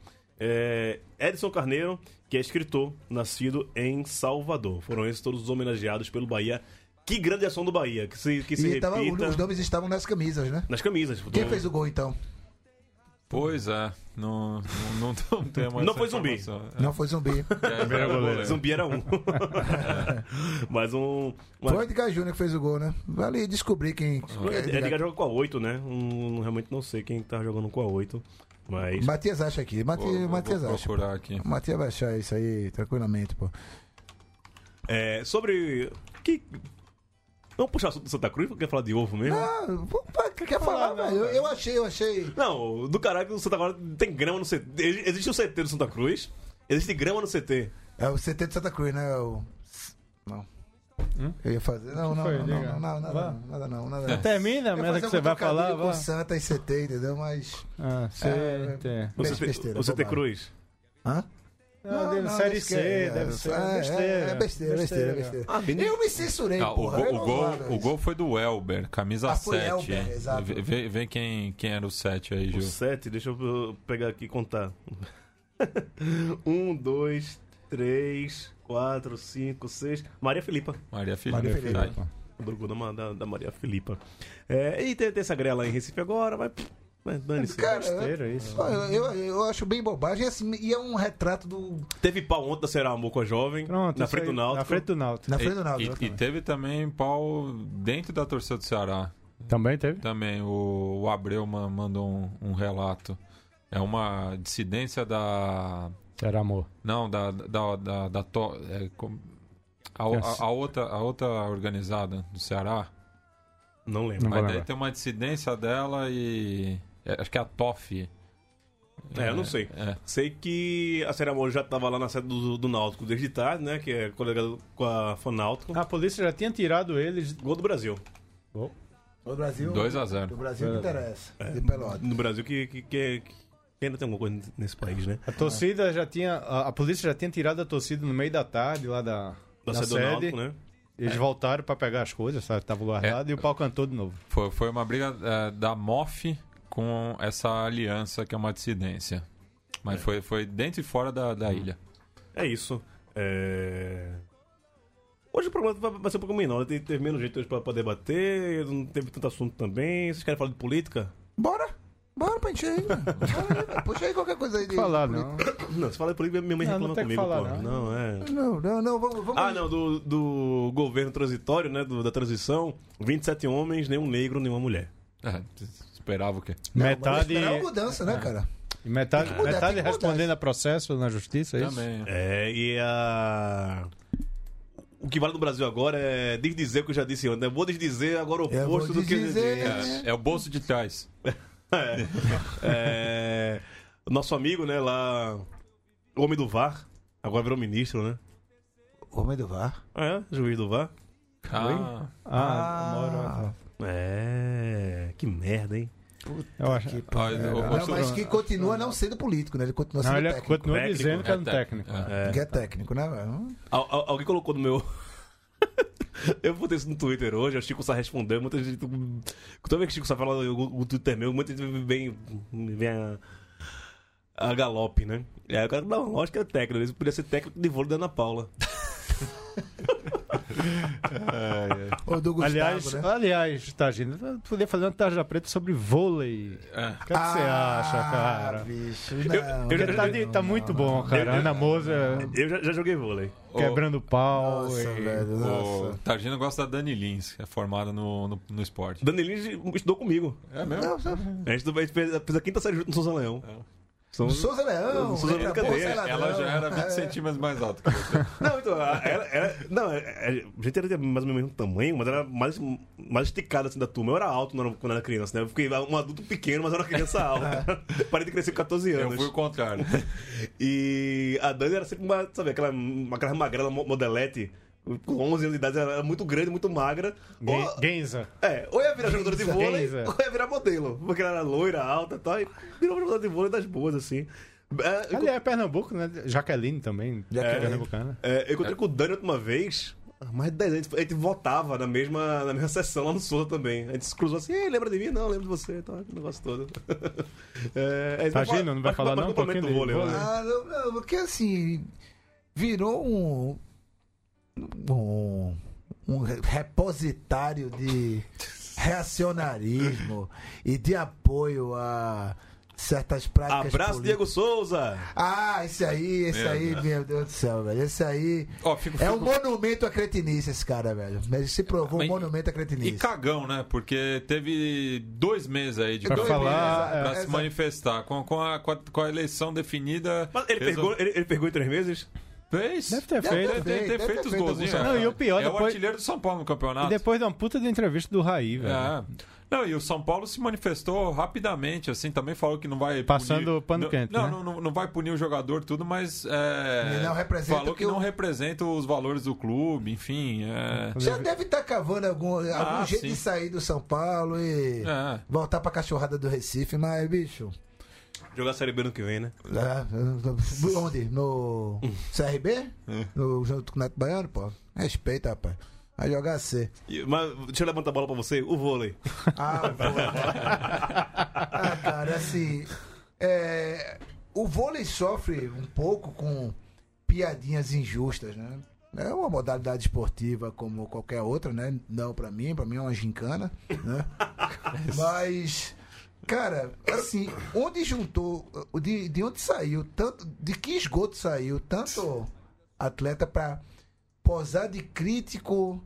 [SPEAKER 2] É, Edson Carneiro, que é escritor, nascido em Salvador. Foram esses todos os homenageados pelo Bahia. Que grande ação do Bahia, que se, que se
[SPEAKER 3] E tava-
[SPEAKER 2] repita
[SPEAKER 3] os nomes estavam nas camisas, né?
[SPEAKER 2] nas camisas.
[SPEAKER 3] Quem
[SPEAKER 6] Hum.
[SPEAKER 2] do-
[SPEAKER 3] fez o gol então?
[SPEAKER 4] Pois é, não, não, não tem mais.
[SPEAKER 2] Não
[SPEAKER 4] essa
[SPEAKER 2] foi zumbi.
[SPEAKER 6] Ah.
[SPEAKER 4] informação.
[SPEAKER 3] Não foi zumbi.
[SPEAKER 4] É,
[SPEAKER 2] É. Zumbi era um. Mas um. Mas,
[SPEAKER 3] Foi o Edgar Júnior que fez o gol, né? Vale descobrir quem. é
[SPEAKER 2] Edgar Edgar joga com a 8, né? Um, realmente não sei quem tá jogando com a 8. Mas.
[SPEAKER 3] Matias acha aqui. Mati-
[SPEAKER 4] Vou, vou
[SPEAKER 3] Matias acha.
[SPEAKER 4] procurar aqui.
[SPEAKER 3] Matias vai achar isso aí tranquilamente, pô.
[SPEAKER 2] É, sobre. Que. Vamos puxar assunto do Santa Cruz, porque quer falar de ovo mesmo?
[SPEAKER 3] Ah, pô, pô, quer falar, velho? Eu, eu achei, eu achei.
[SPEAKER 2] Não, do caralho que o Santa Cruz tem grama no CT. Ex- Existe o CT do Santa Cruz, existe grama no CT.
[SPEAKER 3] É o CT de Santa Cruz, né? O... Não. Eu ia fazer. Não, não,
[SPEAKER 6] Hum? foi,
[SPEAKER 3] não,
[SPEAKER 6] diga?
[SPEAKER 3] não, não, nada,
[SPEAKER 6] Vá.
[SPEAKER 3] não, nada, não, nada. não.
[SPEAKER 6] Termina a
[SPEAKER 3] Eu ia
[SPEAKER 6] merda
[SPEAKER 3] fazer
[SPEAKER 6] que
[SPEAKER 3] um
[SPEAKER 6] você vai
[SPEAKER 3] trocadilho
[SPEAKER 6] falar.
[SPEAKER 3] com
[SPEAKER 6] Vá.
[SPEAKER 3] Santa e CT, entendeu? Mas.
[SPEAKER 6] Ah, sei,
[SPEAKER 3] É,
[SPEAKER 6] tem.
[SPEAKER 2] O
[SPEAKER 3] Bem
[SPEAKER 2] CT,
[SPEAKER 3] besteira,
[SPEAKER 2] o CT
[SPEAKER 3] bobagem.
[SPEAKER 2] Cruz.
[SPEAKER 3] Hã?
[SPEAKER 6] Não, deve série
[SPEAKER 3] esquece,
[SPEAKER 6] C,
[SPEAKER 3] é,
[SPEAKER 6] deve ser.
[SPEAKER 3] É,
[SPEAKER 6] besteira.
[SPEAKER 3] é besteira, besteira, besteira. Eu me censurei,
[SPEAKER 4] Ah,
[SPEAKER 3] porra. eu
[SPEAKER 4] o, gol,
[SPEAKER 3] não
[SPEAKER 4] o, gol,
[SPEAKER 3] guardo
[SPEAKER 4] o
[SPEAKER 3] isso.
[SPEAKER 4] gol foi do Welber, camisa
[SPEAKER 3] Ah, foi
[SPEAKER 4] 7.
[SPEAKER 3] Welber, exato.
[SPEAKER 4] Vê- Vê, vê quem, quem era o 7 aí,
[SPEAKER 2] O
[SPEAKER 4] Gil.
[SPEAKER 2] 7, deixa eu pegar aqui e contar. 1, 2, 3, 4, 5, 6. Maria Filipa.
[SPEAKER 4] Maria Tá Filipe.
[SPEAKER 3] Maria Filipa.
[SPEAKER 4] Ai,
[SPEAKER 2] Do gol da, ma- da, da Maria Filipa. É, e tem, tem essa grela em Recife agora, mas. Mas dane-se. É
[SPEAKER 3] Cara, é.
[SPEAKER 6] Besteira, isso.
[SPEAKER 3] eu, eu, eu acho bem bobagem. e assim, e é um retrato do.
[SPEAKER 2] Teve pau ontem da Ceramô com a jovem.
[SPEAKER 6] Pronto,
[SPEAKER 2] na
[SPEAKER 6] isso
[SPEAKER 2] frente
[SPEAKER 6] aí,
[SPEAKER 2] do Náutico.
[SPEAKER 6] Na frente do Náutico.
[SPEAKER 3] Na frente do
[SPEAKER 4] E-
[SPEAKER 3] Náutico.
[SPEAKER 4] E, e teve também pau dentro da torcida do Ceará.
[SPEAKER 6] Também teve?
[SPEAKER 4] Também o, o Abreu ma- mandou um, um relato. É uma dissidência da.
[SPEAKER 6] Será amor.
[SPEAKER 4] Não, da. da, da, da to- é, com- a, a- a outra, a outra organizada do Ceará.
[SPEAKER 2] Não lembro.
[SPEAKER 6] Não
[SPEAKER 4] Mas
[SPEAKER 6] vou
[SPEAKER 4] daí
[SPEAKER 6] lembrar.
[SPEAKER 4] tem uma dissidência dela e. é, acho que é a TOF.
[SPEAKER 2] É, eu não sei.
[SPEAKER 4] É.
[SPEAKER 2] Sei que a Ceramô já tava lá na sede do, do Náutico desde tarde, né? Que é colega do- com a Fanáutico.
[SPEAKER 6] A polícia já tinha tirado eles.
[SPEAKER 2] Gol do Brasil.
[SPEAKER 3] O Brasil.
[SPEAKER 4] 2 a 0
[SPEAKER 3] O Brasil que interessa. De Pelotas.
[SPEAKER 2] No Brasil que, que, que, que ainda tem alguma coisa nesse país, né?
[SPEAKER 6] A torcida já tinha. A, a polícia já tinha tirado a torcida no meio da tarde lá da.
[SPEAKER 2] Da
[SPEAKER 6] da
[SPEAKER 2] sede do Náutico, né? É.
[SPEAKER 6] Eles voltaram pra pegar as coisas, sabe? Tava guardado e o pau cantou de novo.
[SPEAKER 4] Foi, foi uma briga é, da MOF com essa aliança que é uma dissidência. Mas
[SPEAKER 6] É.
[SPEAKER 4] foi, foi dentro e fora da,
[SPEAKER 6] Hum.
[SPEAKER 4] da ilha.
[SPEAKER 2] É isso. É... Hoje o programa vai- vai ser um pouco menor, tem- teve menos jeito hoje pra, pra debater, não teve tanto assunto também. Vocês querem falar de política?
[SPEAKER 3] Bora! Bora pra gente aí, mano. Bora aí, velho. Puxa aí qualquer coisa aí. de-
[SPEAKER 6] Falar, não.
[SPEAKER 2] Não, se fala de política, minha mãe
[SPEAKER 6] Não,
[SPEAKER 2] reclama
[SPEAKER 6] não tem que
[SPEAKER 2] comigo,
[SPEAKER 6] falar,
[SPEAKER 2] porra.
[SPEAKER 6] não.
[SPEAKER 2] não, é.
[SPEAKER 3] Não, não, não, vamos. vamos
[SPEAKER 2] Ah, não, do, do governo transitório, né? do- da transição, 27 homens, nenhum negro, nenhuma mulher.
[SPEAKER 4] É, esperava o quê?
[SPEAKER 3] Não, vamos
[SPEAKER 6] metade.
[SPEAKER 3] esperar uma mudança, né, cara?
[SPEAKER 6] Metade,
[SPEAKER 3] Tem que mudar,
[SPEAKER 6] metade
[SPEAKER 3] tem que mudar
[SPEAKER 6] respondendo a processo na justiça, é isso?
[SPEAKER 4] Também.
[SPEAKER 2] É, e a. O que vale no Brasil agora é desdizer o que eu já disse ontem. né? Vou desdizer agora o
[SPEAKER 3] Eu É, vou
[SPEAKER 2] oposto do que.
[SPEAKER 3] desdizer, né?
[SPEAKER 4] É, é o bolso de trás.
[SPEAKER 2] É. É, o Nosso amigo, né, lá. O homem do VAR. Agora virou ministro, né?
[SPEAKER 3] Homem do VAR.
[SPEAKER 2] É, juiz do VAR.
[SPEAKER 4] Ah,
[SPEAKER 6] Ah,
[SPEAKER 2] É. Que merda, hein?
[SPEAKER 6] eu moro. Eu acho.
[SPEAKER 4] ah, o- o-
[SPEAKER 3] Não, mas que continua não sendo político, né? Ele continua sendo
[SPEAKER 6] Não, ele é-
[SPEAKER 3] técnico.
[SPEAKER 6] continua
[SPEAKER 2] Técnico,
[SPEAKER 6] dizendo que
[SPEAKER 4] é
[SPEAKER 6] era um técnico.
[SPEAKER 2] Ah.
[SPEAKER 4] É.
[SPEAKER 3] Que é técnico, né, velho?
[SPEAKER 2] Al- al- alguém colocou no meu. eu botei isso no Twitter hoje, o Chico Sá respondeu, muita gente. hum, Toda vez que o Chico Sá fala o, o Twitter meu, muita gente vem, vem a, a galope, né? E aí o cara, não, lógico que é técnico, ele podia ser técnico de vôlei da Ana Paula.
[SPEAKER 3] Ou do Gustavo,
[SPEAKER 6] aliás,
[SPEAKER 3] né?
[SPEAKER 6] aliás, Tagino, eu podia fazer uma tarja preta sobre vôlei. O que, é que você acha, cara?
[SPEAKER 3] Bicho, Ah, não.
[SPEAKER 2] eu já-
[SPEAKER 6] Porque tá, de- tá muito bom, cara. Ana Moza
[SPEAKER 2] Eu já, já joguei vôlei.
[SPEAKER 6] quebrando pau.
[SPEAKER 3] Nossa,
[SPEAKER 6] e-
[SPEAKER 3] velho,
[SPEAKER 4] o
[SPEAKER 3] nossa.
[SPEAKER 4] Targino gosta da Dani Lins, que é formada no, no, no esporte.
[SPEAKER 2] Danilins estudou comigo.
[SPEAKER 4] É mesmo? É.
[SPEAKER 3] Nossa.
[SPEAKER 2] A gente, a gente fez, fez a quinta série junto no Souza Leão.
[SPEAKER 3] Do Souza é Leão.
[SPEAKER 2] Souza
[SPEAKER 3] entra
[SPEAKER 2] Leão,
[SPEAKER 3] bom,
[SPEAKER 2] cadê?
[SPEAKER 3] sai ladrão.
[SPEAKER 4] Ela já é- era
[SPEAKER 3] É.
[SPEAKER 4] 20 centímetros mais alta que você.
[SPEAKER 2] Não, então, a- ela, ela- não, é- é- a gente era mais ou menos do mesmo tamanho, mas era mais, mais esticada assim da turma. Eu era alto quando era- quando era criança, né? Eu fiquei um adulto pequeno, mas eu era criança alta. Parei de crescer com 14
[SPEAKER 4] Eu
[SPEAKER 2] anos.
[SPEAKER 4] fui o contrário.
[SPEAKER 2] E a Dani era sempre uma, sabe, aquela, aquela magrela mo- modelete. Com 11 anos de idade, ela era muito grande, muito magra.
[SPEAKER 6] Gen-
[SPEAKER 2] Ou,
[SPEAKER 6] Genza.
[SPEAKER 2] é, ou ia virar jogadora de vôlei,
[SPEAKER 6] Kenza.
[SPEAKER 2] ou ia virar modelo. Porque ela era loira, alta e tal, e virou jogadora de vôlei das boas, assim. É,
[SPEAKER 6] Aliás, Pernambuco, né? Jaqueline também.
[SPEAKER 3] Jaqueline.
[SPEAKER 6] Pernambucana.
[SPEAKER 2] É, eu encontrei com o Dani outra uma vez. há mais de 10 anos. A gente votava na mesma, na mesma sessão lá no Souza também. A gente se cruzou assim, Ei, lembra de mim? Não, lembro de você. Então, aquele negócio todo. é,
[SPEAKER 6] Tá agindo? Não vai falar não? Um pouquinho
[SPEAKER 2] do
[SPEAKER 6] de
[SPEAKER 2] vôlei.
[SPEAKER 6] vôlei.
[SPEAKER 2] né?
[SPEAKER 3] Ah, não, não, porque assim, virou um. um, um repositário de reacionarismo e de apoio a certas práticas.
[SPEAKER 2] Abraço,
[SPEAKER 3] políticas.
[SPEAKER 2] Diego Souza!
[SPEAKER 3] Ah, esse aí, esse aí, meu Deus do céu, velho. Esse aí.
[SPEAKER 4] Ó, fico,
[SPEAKER 3] É
[SPEAKER 4] fico...
[SPEAKER 3] um monumento à cretinice, esse cara, velho. Mas Ele se provou um
[SPEAKER 4] Mas-
[SPEAKER 3] monumento à
[SPEAKER 4] E
[SPEAKER 3] cretinice.
[SPEAKER 4] cagão, né? Porque teve dois meses aí de
[SPEAKER 6] Pra
[SPEAKER 3] Dois
[SPEAKER 6] falar,
[SPEAKER 3] meses,
[SPEAKER 4] pra
[SPEAKER 3] é,
[SPEAKER 4] se
[SPEAKER 3] exato.
[SPEAKER 4] manifestar. Com, com, a, com, a, com a eleição definida.
[SPEAKER 2] Mas ele,
[SPEAKER 4] resol-
[SPEAKER 2] pegou, ele, ele pegou em três meses?
[SPEAKER 4] Fez?
[SPEAKER 6] Deve ter
[SPEAKER 3] Deve
[SPEAKER 6] feito.
[SPEAKER 3] ter
[SPEAKER 4] Deve ter,
[SPEAKER 3] Deve ter
[SPEAKER 4] feito os
[SPEAKER 3] feito
[SPEAKER 4] golzinhos.
[SPEAKER 3] alguns.
[SPEAKER 4] né?
[SPEAKER 6] Não, e o pior,
[SPEAKER 4] é
[SPEAKER 6] depois-
[SPEAKER 4] o artilheiro do São Paulo no campeonato.
[SPEAKER 6] E depois de uma puta de entrevista do Raí, velho.
[SPEAKER 4] É. Não, e o São Paulo se manifestou rapidamente, assim, também falou que não vai
[SPEAKER 6] Passando
[SPEAKER 4] punir,
[SPEAKER 6] pano
[SPEAKER 4] não,
[SPEAKER 6] quente,
[SPEAKER 4] Não,
[SPEAKER 6] né?
[SPEAKER 4] não, não, não vai punir o jogador, tudo, mas é,
[SPEAKER 3] Ele não representa
[SPEAKER 4] falou
[SPEAKER 3] o
[SPEAKER 4] que,
[SPEAKER 3] que o-
[SPEAKER 4] não representa os valores do clube, enfim. É,
[SPEAKER 3] Já deve estar cavando algum, algum
[SPEAKER 4] Ah,
[SPEAKER 3] jeito
[SPEAKER 4] sim.
[SPEAKER 3] de sair do São Paulo e
[SPEAKER 4] é.
[SPEAKER 3] voltar pra cachorrada do Recife, mas, bicho.
[SPEAKER 2] Jogar a Série B no que vem, né?
[SPEAKER 3] É, onde? No
[SPEAKER 4] É.
[SPEAKER 3] CRB? No, junto com o Neto Baiano, pô? Respeita, rapaz. Vai jogar C.
[SPEAKER 2] E- mas deixa eu levantar a bola pra você. O vôlei.
[SPEAKER 3] Ah, o vôlei. ah cara, assim. é, o vôlei sofre um pouco com piadinhas injustas, né? É uma modalidade esportiva como qualquer outra, né? Não pra mim, pra mim é uma gincana, né? Mas, cara, assim, onde juntou, de, de onde saiu, tanto, de que esgoto saiu tanto atleta pra posar de crítico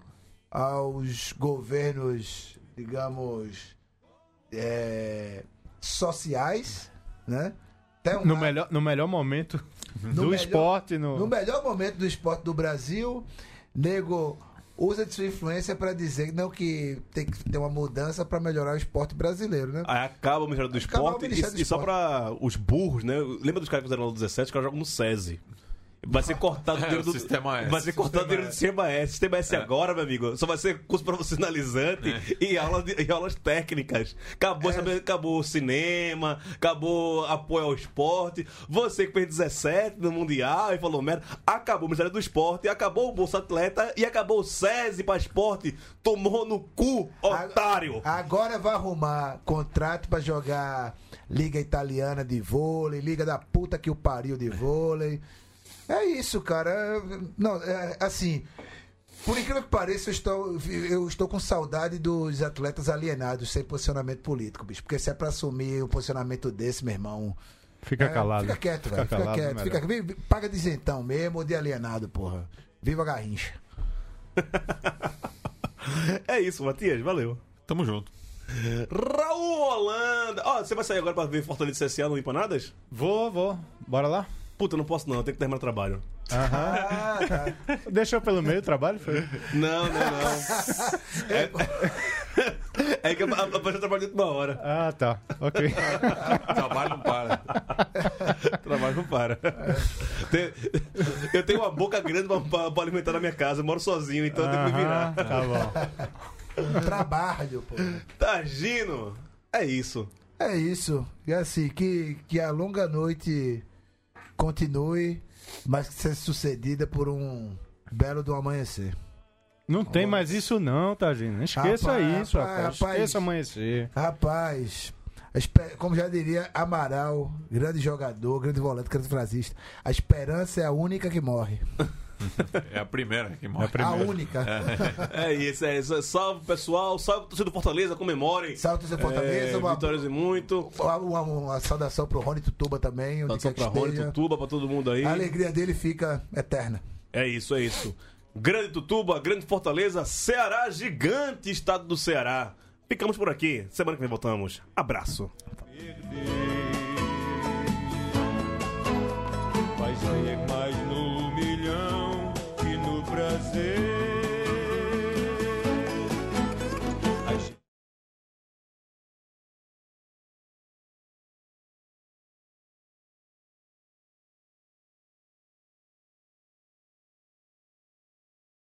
[SPEAKER 3] aos governos, digamos, é, sociais, né? Tem um
[SPEAKER 6] No,
[SPEAKER 3] cara-
[SPEAKER 6] melhor, no melhor momento do
[SPEAKER 3] melhor-
[SPEAKER 6] esporte, no...
[SPEAKER 3] no melhor momento do esporte do Brasil, nego usa de sua influência pra dizer não que tem que ter uma mudança pra melhorar o esporte brasileiro, né?
[SPEAKER 2] Aí acaba o Ministério do
[SPEAKER 3] Acaba o
[SPEAKER 2] Esporte
[SPEAKER 3] Ministério
[SPEAKER 2] e,
[SPEAKER 3] do
[SPEAKER 2] e só
[SPEAKER 3] Esporte.
[SPEAKER 2] pra os burros, né? Lembra dos caras que fizeram lá no 17? Os caras jogam no SESI. Vai ser cortado o dinheiro
[SPEAKER 4] o
[SPEAKER 2] do
[SPEAKER 4] sistema é S.
[SPEAKER 2] Vai ser cortado o dinheiro do sistema S. Sistema S agora, meu amigo. Só vai ser curso profissionalizante
[SPEAKER 4] É.
[SPEAKER 2] e, aula de- e aulas técnicas. Acabou,
[SPEAKER 3] É.
[SPEAKER 2] sabe, acabou o cinema, acabou apoio ao esporte. Você que fez 17 no Mundial e falou merda. Acabou o Ministério do Esporte, acabou o Bolsa Atleta e acabou o SESI pra esporte. Tomou no cu, otário.
[SPEAKER 3] Agora vai arrumar contrato pra jogar Liga Italiana de vôlei, Liga da puta que o pariu de vôlei. É isso, cara. É, Não, é, assim, por incrível que pareça, eu estou, eu estou com saudade dos atletas alienados sem posicionamento político, bicho. Porque se é pra assumir um posicionamento desse, meu irmão.
[SPEAKER 6] Fica
[SPEAKER 3] é,
[SPEAKER 6] calado.
[SPEAKER 3] Fica quieto, velho. Fica,
[SPEAKER 6] calado,
[SPEAKER 3] quieto.
[SPEAKER 6] melhor.
[SPEAKER 3] Fica, vi- vi- paga de isentão mesmo ou de alienado, porra. Viva a Garrincha.
[SPEAKER 2] É isso, Matias. Valeu.
[SPEAKER 4] Tamo junto.
[SPEAKER 2] Raul Holanda! Ó, você vai sair agora pra ver Fortaleza e CSA no Empanadas?
[SPEAKER 6] Vou, vou. Bora lá?
[SPEAKER 2] Puta, não posso não, eu tenho que terminar o trabalho.
[SPEAKER 3] Ah, tá.
[SPEAKER 6] Deixou pelo meio o trabalho? Foi?
[SPEAKER 2] Não, não, não. É, é que eu abaixo o trabalho de última hora.
[SPEAKER 6] Ah, tá. Ok.
[SPEAKER 4] O trabalho não para.
[SPEAKER 2] O trabalho não para. Tem- Eu tenho uma boca grande pra, pra- pra alimentar na minha casa, eu moro sozinho, então eu tenho que me virar.
[SPEAKER 6] Aham, tá bom.
[SPEAKER 3] Um Trabalho, porra.
[SPEAKER 2] Tá, Gino! É isso.
[SPEAKER 3] É isso. E assim, que, que a longa noite continue, mas que seja sucedida por um belo do amanhecer.
[SPEAKER 6] Não tem mais isso não, Tagino. Esqueça
[SPEAKER 3] Rapaz,
[SPEAKER 6] isso,
[SPEAKER 3] rapaz,
[SPEAKER 6] rapaz.
[SPEAKER 3] rapaz.
[SPEAKER 6] Esqueça amanhecer.
[SPEAKER 3] Rapaz, a espe- como já diria Amaral, grande jogador, grande volante, grande frasista, a esperança é a única que morre.
[SPEAKER 4] É a primeira que morre.
[SPEAKER 3] A única.
[SPEAKER 2] É isso, é isso. Salve, pessoal. Salve, torcida do Fortaleza, comemorem.
[SPEAKER 3] Salve seu Fortaleza,
[SPEAKER 2] É,
[SPEAKER 3] uma,
[SPEAKER 2] vitórias e muito.
[SPEAKER 3] uma, uma- um, uma saudação pro Rony Tutuba também, onde
[SPEAKER 2] Salve
[SPEAKER 3] quer que
[SPEAKER 2] pra Rony,
[SPEAKER 3] esteja.
[SPEAKER 2] Tutuba, pra todo mundo aí.
[SPEAKER 3] A alegria dele fica eterna.
[SPEAKER 2] É isso, é isso. Grande Tutuba, Grande Fortaleza, Ceará, gigante estado do Ceará. Ficamos por aqui. Semana que vem voltamos. Abraço.
[SPEAKER 5] Vai ser mais no milhão que no prazer.